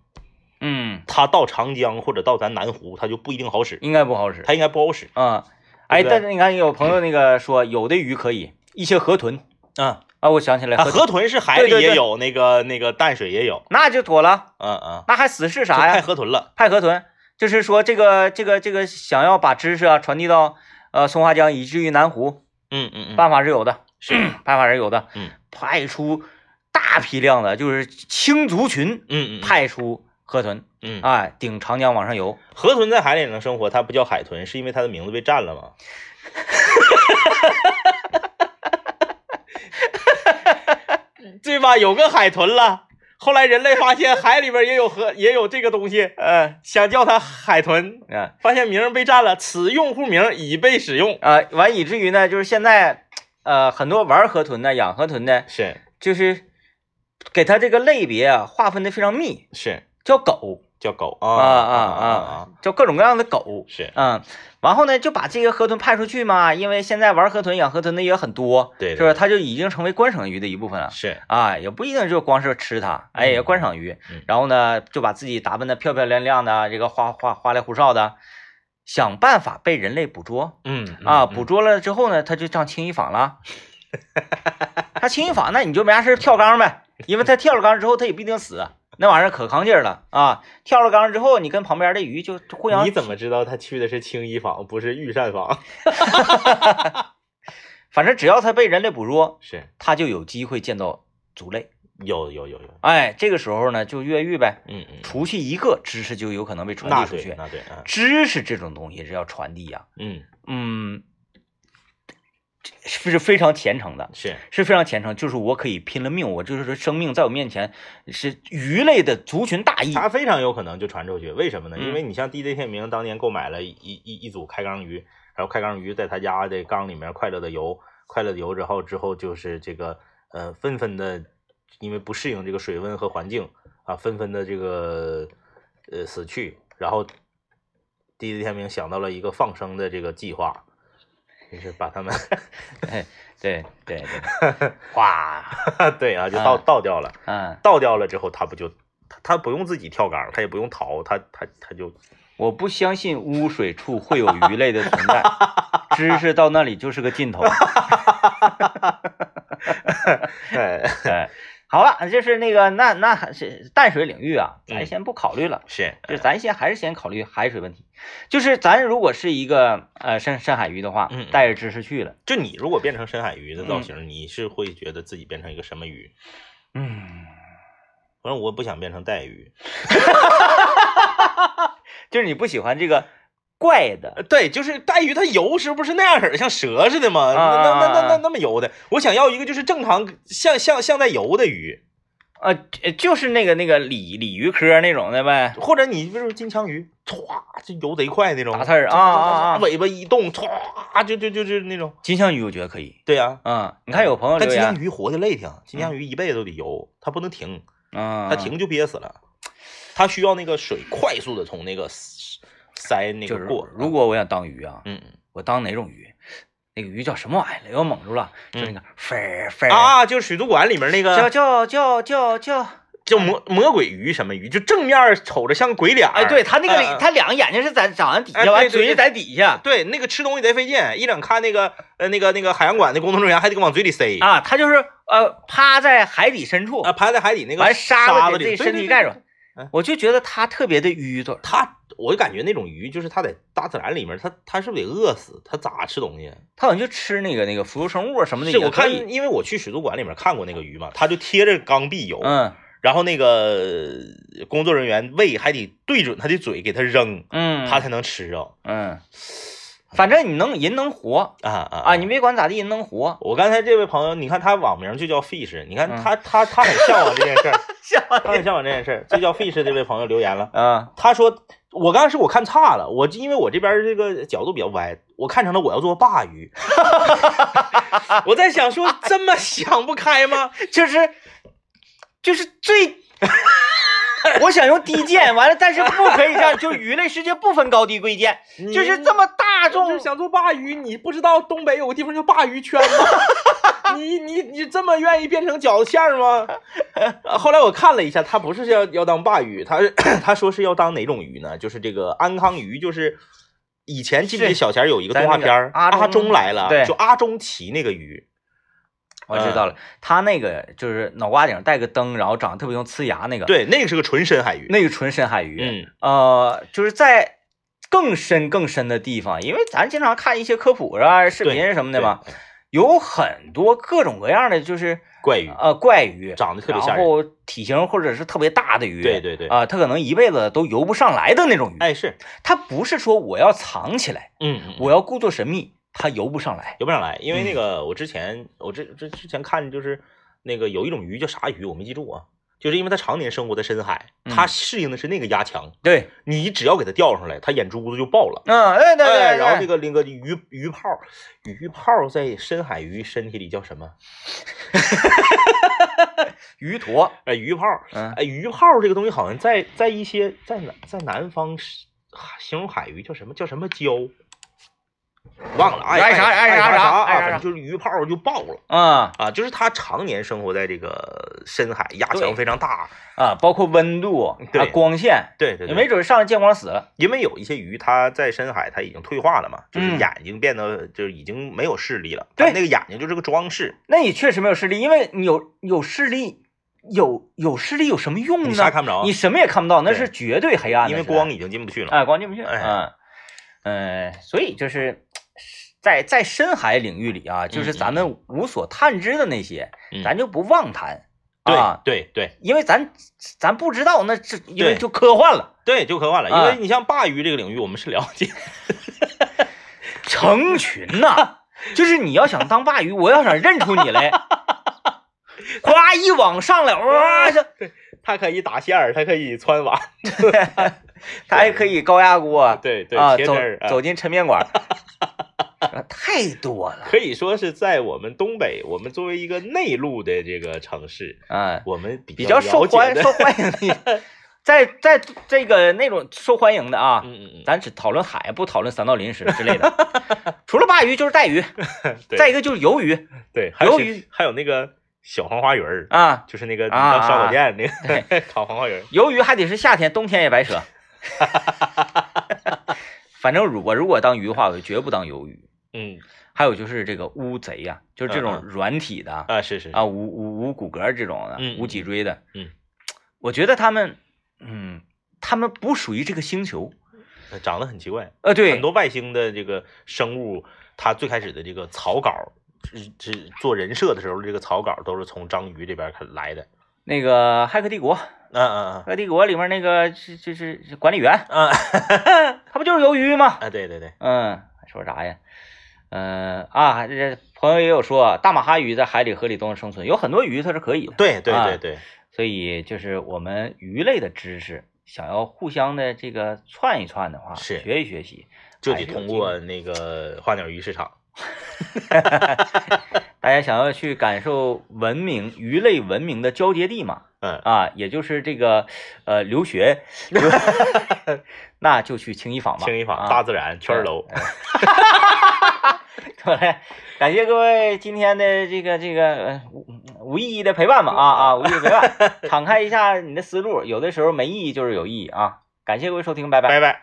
[SPEAKER 1] 嗯，
[SPEAKER 2] 他到长江或者到咱南湖，他就不一定好使，
[SPEAKER 1] 应该不好使
[SPEAKER 2] 他应该不好使
[SPEAKER 1] 啊。哎，
[SPEAKER 2] 对不对
[SPEAKER 1] 但是你看有朋友那个说，有的鱼可以，一些河豚
[SPEAKER 2] 啊。
[SPEAKER 1] 啊，我想起来，
[SPEAKER 2] 啊，
[SPEAKER 1] 河豚
[SPEAKER 2] 河豚是海里
[SPEAKER 1] 对对对
[SPEAKER 2] 也有那个那个淡水也有，
[SPEAKER 1] 那就妥了，
[SPEAKER 2] 嗯嗯，
[SPEAKER 1] 那还死是啥
[SPEAKER 2] 就派
[SPEAKER 1] 呀？
[SPEAKER 2] 河豚了，
[SPEAKER 1] 派河豚就是说这个这个这个想要把知识啊传递到呃松花江以至于南湖，
[SPEAKER 2] 嗯嗯嗯，
[SPEAKER 1] 办法是有的，
[SPEAKER 2] 是，
[SPEAKER 1] 办法是有的，
[SPEAKER 2] 嗯，
[SPEAKER 1] 派出大批量的就是青族群
[SPEAKER 2] 嗯嗯，
[SPEAKER 1] 派出河豚，
[SPEAKER 2] 嗯
[SPEAKER 1] 哎，顶长江往上游。
[SPEAKER 2] 河豚在海里能生活，它不叫海豚，是因为它的名字被占 了吗？对吧？有个海豚了，后来人类发现海里边也有河， 也有这个东西，呃
[SPEAKER 1] 嗯
[SPEAKER 2] 想叫它海豚，
[SPEAKER 1] 嗯
[SPEAKER 2] 发现名儿被占了，此用户名已被使用。
[SPEAKER 1] 啊，完以至于呢，就是现在呃很多玩河豚的、养河豚的，
[SPEAKER 2] 是
[SPEAKER 1] 就是给它这个类别啊划分的非常密，
[SPEAKER 2] 是，
[SPEAKER 1] 叫狗
[SPEAKER 2] 叫狗
[SPEAKER 1] 啊
[SPEAKER 2] 啊
[SPEAKER 1] 啊啊，，叫各种各样的狗。
[SPEAKER 2] 是
[SPEAKER 1] 嗯，然后呢，就把这个河豚派出去嘛，因为现在玩河豚、养河豚的也很多，
[SPEAKER 2] 对对
[SPEAKER 1] 是不是？它就已经成为观赏鱼的一部分了。
[SPEAKER 2] 是，
[SPEAKER 1] 啊，也不一定就光是吃它，哎，也观赏鱼。
[SPEAKER 2] 嗯
[SPEAKER 1] 然后呢，就把自己打扮的漂漂亮亮的，这个花花花里胡哨的，想办法被人类捕捉
[SPEAKER 2] 嗯
[SPEAKER 1] 啊！
[SPEAKER 2] 嗯
[SPEAKER 1] 捕捉了之后呢，它就上青衣坊 了。它青衣坊，那你就没啥事儿跳缸呗，因为它跳了缸之后，它也不一定死，那玩意儿可扛劲儿了啊！跳了缸之后，你跟旁边的鱼就就互相
[SPEAKER 2] 你怎么知道他去的是青衣坊，不是御膳坊？
[SPEAKER 1] 反正只要它被人类捕捉，
[SPEAKER 2] 是
[SPEAKER 1] 它就有机会见到族类。
[SPEAKER 2] 有有有有，
[SPEAKER 1] 哎，这个时候呢，就越狱呗。
[SPEAKER 2] 嗯嗯，
[SPEAKER 1] 除去一个知识，就有可能被传
[SPEAKER 2] 那
[SPEAKER 1] 递出
[SPEAKER 2] 对
[SPEAKER 1] 去。
[SPEAKER 2] 那对，嗯
[SPEAKER 1] 知识这种东西是要传递啊呀、
[SPEAKER 2] 嗯
[SPEAKER 1] 嗯，是是非常虔诚的，
[SPEAKER 2] 是，
[SPEAKER 1] 是非常虔诚。就是我可以拼了命，我就是说生命在我面前是鱼类的族群大 义。
[SPEAKER 2] 他非常有可能就传出去，为什么呢？
[SPEAKER 1] 嗯
[SPEAKER 2] 因为你像 DJ 天明当年购买了一一一一组开缸鱼，然后开缸鱼在他家的缸里面快乐的游，快乐的游之后之后就是这个呃纷纷的，因为不适应这个水温和环境啊，纷纷的这个呃死去，然后 DJ 天明想到了一个放生的这个计划，就是把他们
[SPEAKER 1] 对对对， 哇，
[SPEAKER 2] 对啊就倒
[SPEAKER 1] 啊
[SPEAKER 2] 倒掉了。
[SPEAKER 1] 嗯，
[SPEAKER 2] 倒掉了之后，他不就他他不用自己跳缸，他也不用逃，他他他就
[SPEAKER 1] 我不相信污水处会有鱼类的存在，知识到那里就是个 尽头。
[SPEAKER 2] 哎
[SPEAKER 1] 哎，好了，就是那个那那还是淡水领域啊，咱
[SPEAKER 2] 嗯
[SPEAKER 1] 先不考虑了。
[SPEAKER 2] 是
[SPEAKER 1] 就是咱先还是先考虑海水问题，就是咱如果是一个呃深深海鱼的话
[SPEAKER 2] 嗯嗯，
[SPEAKER 1] 带着知识去了，
[SPEAKER 2] 就你如果变成深海鱼的造型，你是会觉得自己变成一个什么鱼？
[SPEAKER 1] 嗯，
[SPEAKER 2] 反正我不想变成带鱼。
[SPEAKER 1] 就是你不喜欢这个怪的，
[SPEAKER 2] 呃对，就是带鱼，它游时不是那样式的，像蛇似的嘛，
[SPEAKER 1] 啊
[SPEAKER 2] 那那那
[SPEAKER 1] 啊
[SPEAKER 2] 那那么游的。我想要一个就是正常像像像在游的鱼，
[SPEAKER 1] 呃，呃就是那个那个鲤鲤鱼科那种的呗，
[SPEAKER 2] 或者你比如说金枪鱼，歘就游贼快那种，
[SPEAKER 1] 打刺儿啊啊啊！
[SPEAKER 2] 尾巴一动，歘就就就就那种。
[SPEAKER 1] 金枪鱼我觉得可以，
[SPEAKER 2] 对呀、
[SPEAKER 1] 嗯，你看有朋友
[SPEAKER 2] 但
[SPEAKER 1] 留
[SPEAKER 2] 金枪
[SPEAKER 1] 言，
[SPEAKER 2] 鱼活的累挺，金枪鱼一辈子都得游，它不能停，
[SPEAKER 1] 嗯，
[SPEAKER 2] 它停就憋死了，它需要那个水快速的从那个鳃那
[SPEAKER 1] 就
[SPEAKER 2] 个
[SPEAKER 1] 是
[SPEAKER 2] 过。
[SPEAKER 1] 如果我想当鱼啊，
[SPEAKER 2] 嗯嗯
[SPEAKER 1] 我当哪种鱼？那个鱼叫什么玩意儿？给我蒙住了，就那个飞儿飞儿，
[SPEAKER 2] 啊，就是水族馆里面那
[SPEAKER 1] 叫
[SPEAKER 2] 个
[SPEAKER 1] 叫叫叫叫，
[SPEAKER 2] 叫魔魔鬼鱼什么鱼，就正面瞅着像鬼脸儿，
[SPEAKER 1] 哎，对他那个
[SPEAKER 2] 嗯嗯
[SPEAKER 1] 里，他两个眼睛是在长在底
[SPEAKER 2] 哎
[SPEAKER 1] 下，
[SPEAKER 2] 对
[SPEAKER 1] 完
[SPEAKER 2] 对
[SPEAKER 1] 嘴
[SPEAKER 2] 对
[SPEAKER 1] 是在底下。
[SPEAKER 2] 对，那个吃东西贼费劲，一整看那个呃那个那个海洋馆的工作人员还得往嘴里塞
[SPEAKER 1] 啊，他就是呃趴在海底深处，
[SPEAKER 2] 啊，趴在海底那个
[SPEAKER 1] 完沙
[SPEAKER 2] 沙
[SPEAKER 1] 子
[SPEAKER 2] 子
[SPEAKER 1] 给自己
[SPEAKER 2] 里对
[SPEAKER 1] 身
[SPEAKER 2] 对
[SPEAKER 1] 体
[SPEAKER 2] 对
[SPEAKER 1] 盖住
[SPEAKER 2] 嗯。
[SPEAKER 1] 我就觉得他特别的淤着，
[SPEAKER 2] 它，我就感觉那种鱼就是它在大自然里面，它它是不是得饿死？它咋吃东西？啊
[SPEAKER 1] 他好像就吃那个那个浮游生物啊什么的
[SPEAKER 2] 是
[SPEAKER 1] 也
[SPEAKER 2] 我
[SPEAKER 1] 可以。
[SPEAKER 2] 看，因为我去水族馆里面看过那个鱼嘛，它就贴着缸壁游，
[SPEAKER 1] 嗯
[SPEAKER 2] 然后那个呃工作人员喂还得对准它的嘴给它扔，
[SPEAKER 1] 嗯，
[SPEAKER 2] 它才能吃着
[SPEAKER 1] 嗯，反正你能人能活
[SPEAKER 2] 啊啊
[SPEAKER 1] 啊，你别管咋地，人能活。
[SPEAKER 2] 我刚才这位朋友，你看他网名就叫 fish，你看
[SPEAKER 1] 嗯
[SPEAKER 2] 他、他他很向往这件事儿，
[SPEAKER 1] 笑
[SPEAKER 2] 他很向往这件事儿，就叫 fish 这位朋友留言了，
[SPEAKER 1] 啊
[SPEAKER 2] 他说我刚开始我看差了，我因为我这边这个角度比较歪，我看成了我要做鲅鱼， 我在想说这么想不开吗？
[SPEAKER 1] 就是就是最，我想 用低贱，完了，但是不可以这样，就鱼类世界不分高低贵贱，就是这
[SPEAKER 2] 么
[SPEAKER 1] 么大众嗯
[SPEAKER 2] 是想做鲅鱼，你不知道东北有个地方叫鲅鱼圈 吗？你你你这么愿意变成饺子馅儿吗？呃后来我看了一下，他不是要要当鲅鱼，他是 他说是要当哪种鱼呢？就是这个安康鱼，就是以前记不记得
[SPEAKER 1] 是
[SPEAKER 2] 小前儿有一个
[SPEAKER 1] 咱
[SPEAKER 2] 动画
[SPEAKER 1] 那个
[SPEAKER 2] 片儿《
[SPEAKER 1] 阿
[SPEAKER 2] 阿
[SPEAKER 1] 忠
[SPEAKER 2] 忠来了》，
[SPEAKER 1] 对
[SPEAKER 2] 就阿忠骑那个鱼，
[SPEAKER 1] 我知道
[SPEAKER 2] 嗯
[SPEAKER 1] 了，他那个就是脑瓜顶带个灯，然后长得特别像呲牙那个，，
[SPEAKER 2] 对，那个是个纯深海鱼。
[SPEAKER 1] 那个纯深海鱼，
[SPEAKER 2] 嗯，
[SPEAKER 1] 呃，就是在更深更深的地方，因为咱经常看一些科普啊、视频什么的
[SPEAKER 2] 嗯
[SPEAKER 1] 嘛，有很多各种各样的就是
[SPEAKER 2] 怪鱼
[SPEAKER 1] 呃怪鱼，
[SPEAKER 2] 嗯长得特别吓
[SPEAKER 1] 然
[SPEAKER 2] 人。
[SPEAKER 1] 后体型或者是特别大的鱼，
[SPEAKER 2] 对对对，
[SPEAKER 1] 啊、它可能一辈子都游不上来的那种鱼，
[SPEAKER 2] 哎是，
[SPEAKER 1] 它不是说我要藏起来，
[SPEAKER 2] 嗯，嗯
[SPEAKER 1] 我要故作神秘，它游不上来。
[SPEAKER 2] 游不上来，因为
[SPEAKER 1] 嗯
[SPEAKER 2] 那个我之前我之之之前看就是那个有一种鱼叫啥鱼，我没记住啊，就是因为它常年生活在深海，
[SPEAKER 1] 嗯
[SPEAKER 2] 它适应的是那个压强，
[SPEAKER 1] 对，
[SPEAKER 2] 你只要给它钓上来，它眼珠子就爆了。
[SPEAKER 1] 嗯，哎，对对对，
[SPEAKER 2] 哎，然后
[SPEAKER 1] 对
[SPEAKER 2] 那个那个鱼鱼泡，鱼泡在深海鱼身体里叫什么？
[SPEAKER 1] 鱼驼，
[SPEAKER 2] 哎，鱼泡，
[SPEAKER 1] 嗯，
[SPEAKER 2] 哎，鱼泡这个东西好像在在一些在南在南方是形容海鱼叫什么叫什么礁，忘了，爱
[SPEAKER 1] 爱啥
[SPEAKER 2] 爱
[SPEAKER 1] 爱啥
[SPEAKER 2] 啥
[SPEAKER 1] 啥
[SPEAKER 2] 啊
[SPEAKER 1] 爱啥
[SPEAKER 2] 反
[SPEAKER 1] 啥
[SPEAKER 2] 正就是鱼泡就爆了。
[SPEAKER 1] 啊
[SPEAKER 2] 啊，就是它常年生活在这个深海，压
[SPEAKER 1] 对
[SPEAKER 2] 强非常大。
[SPEAKER 1] 啊，包括温度、啊
[SPEAKER 2] 对
[SPEAKER 1] 光线，
[SPEAKER 2] 对对
[SPEAKER 1] 也
[SPEAKER 2] 对，
[SPEAKER 1] 没准上来见光死了。
[SPEAKER 2] 因为有一些鱼，它在深海它已经退化了嘛，就是
[SPEAKER 1] 嗯
[SPEAKER 2] 眼睛变得就是已经没有视力了。
[SPEAKER 1] 对
[SPEAKER 2] 它那个眼睛就是个装饰，
[SPEAKER 1] 那你确实没有视力，因为你有有视力，有有视力有什么用呢？
[SPEAKER 2] 你啥也看不着
[SPEAKER 1] 嗯你，什么也看不到，那
[SPEAKER 2] 对
[SPEAKER 1] 是绝对黑暗的，
[SPEAKER 2] 因为
[SPEAKER 1] 是吧
[SPEAKER 2] 光已经进不去了。
[SPEAKER 1] 哎，光进不去，
[SPEAKER 2] 哎
[SPEAKER 1] 嗯，呃，所以就是在在深海领域里啊，就是咱们无所探知的那些，
[SPEAKER 2] 嗯
[SPEAKER 1] 咱就不妄谈啊，
[SPEAKER 2] 对对对
[SPEAKER 1] 因为咱咱不知道，那这因为
[SPEAKER 2] 对
[SPEAKER 1] 就科幻了，
[SPEAKER 2] 对，就科幻了。因
[SPEAKER 1] 啊
[SPEAKER 2] 为你像鲅鱼这个领域，我们是了解。
[SPEAKER 1] 成群呐、 就是你要想当鲅鱼，我要想认出你来。哗一网上来，哇！这
[SPEAKER 2] 它可以打线儿，它可以穿网，
[SPEAKER 1] 它还可以高压锅，
[SPEAKER 2] 对对，
[SPEAKER 1] 啊，
[SPEAKER 2] 贴
[SPEAKER 1] 走
[SPEAKER 2] 针儿啊
[SPEAKER 1] 走进抻面馆 儿，太多了，
[SPEAKER 2] 可以说是在我们东北，我们作为一个内陆的这个城市，
[SPEAKER 1] 哎，
[SPEAKER 2] 我们比
[SPEAKER 1] 比较受
[SPEAKER 2] 了解
[SPEAKER 1] 欢
[SPEAKER 2] 的
[SPEAKER 1] 受欢迎 的，在在这个那种受欢迎的啊，
[SPEAKER 2] 嗯嗯嗯，
[SPEAKER 1] 咱只讨论海，不讨论三道鳞石之类的。除了鲅鱼就是带鱼，
[SPEAKER 2] 对
[SPEAKER 1] 再一个就是鱿鱼
[SPEAKER 2] 对，还有
[SPEAKER 1] 由
[SPEAKER 2] 谁
[SPEAKER 1] 于
[SPEAKER 2] 还有那个小黄花鱼儿，
[SPEAKER 1] 啊，
[SPEAKER 2] 就是那个
[SPEAKER 1] 啊
[SPEAKER 2] 当烧烤店那
[SPEAKER 1] 啊
[SPEAKER 2] 个 烤黄花鱼儿。
[SPEAKER 1] 鱿鱼还得是夏天，冬天也白 扯。反正如我如果当鱼的话，我绝不当鱿鱼。
[SPEAKER 2] 嗯
[SPEAKER 1] 还有就是这个乌贼呀、就是这种
[SPEAKER 2] 嗯嗯
[SPEAKER 1] 软体的啊
[SPEAKER 2] 啊，是是
[SPEAKER 1] 啊，无无无骨骼这种的
[SPEAKER 2] 嗯，
[SPEAKER 1] 无脊椎的，
[SPEAKER 2] 嗯，
[SPEAKER 1] 我觉得他们，嗯，他们不属于这个星球，
[SPEAKER 2] 是长得很奇怪，
[SPEAKER 1] 呃，对，
[SPEAKER 2] 很多外星的这个生物，它最开始的这个草稿。只只做人设的时候，这个草稿都是从章鱼这边开来的。
[SPEAKER 1] 那个《骇客帝国》，《
[SPEAKER 2] 嗯嗯
[SPEAKER 1] 骇客帝国》里面那个是就是是管理员，
[SPEAKER 2] 嗯嗯，
[SPEAKER 1] 他不就是鱿鱼吗？
[SPEAKER 2] 啊，对对对，
[SPEAKER 1] 嗯，还说啥呀？嗯啊，这朋友也有说，大马哈鱼在海里、河里都能生存，有很多鱼它是可以的。
[SPEAKER 2] 对对
[SPEAKER 1] 啊
[SPEAKER 2] 对对，
[SPEAKER 1] 所以就是我们鱼类的知识，想要互相的这个串一串的话，
[SPEAKER 2] 是
[SPEAKER 1] 学一学习，
[SPEAKER 2] 就
[SPEAKER 1] 还
[SPEAKER 2] 得
[SPEAKER 1] 是有
[SPEAKER 2] 通
[SPEAKER 1] 机会
[SPEAKER 2] 过那个花鸟鱼市场。
[SPEAKER 1] 大家想要去感受文明鱼类文明的交接地嘛，
[SPEAKER 2] 嗯，
[SPEAKER 1] 啊，也就是这个呃留学，那就去青衣坊吧，
[SPEAKER 2] 清一坊、
[SPEAKER 1] 啊哎
[SPEAKER 2] 大自然、圈儿楼，
[SPEAKER 1] 对，感谢各位今天的这个这个呃无无意义的陪伴吧啊啊，无意义的陪伴，敞开一下你的思路，有的时候没意义就是有意义啊。感谢各位收听，拜拜。
[SPEAKER 2] 拜拜。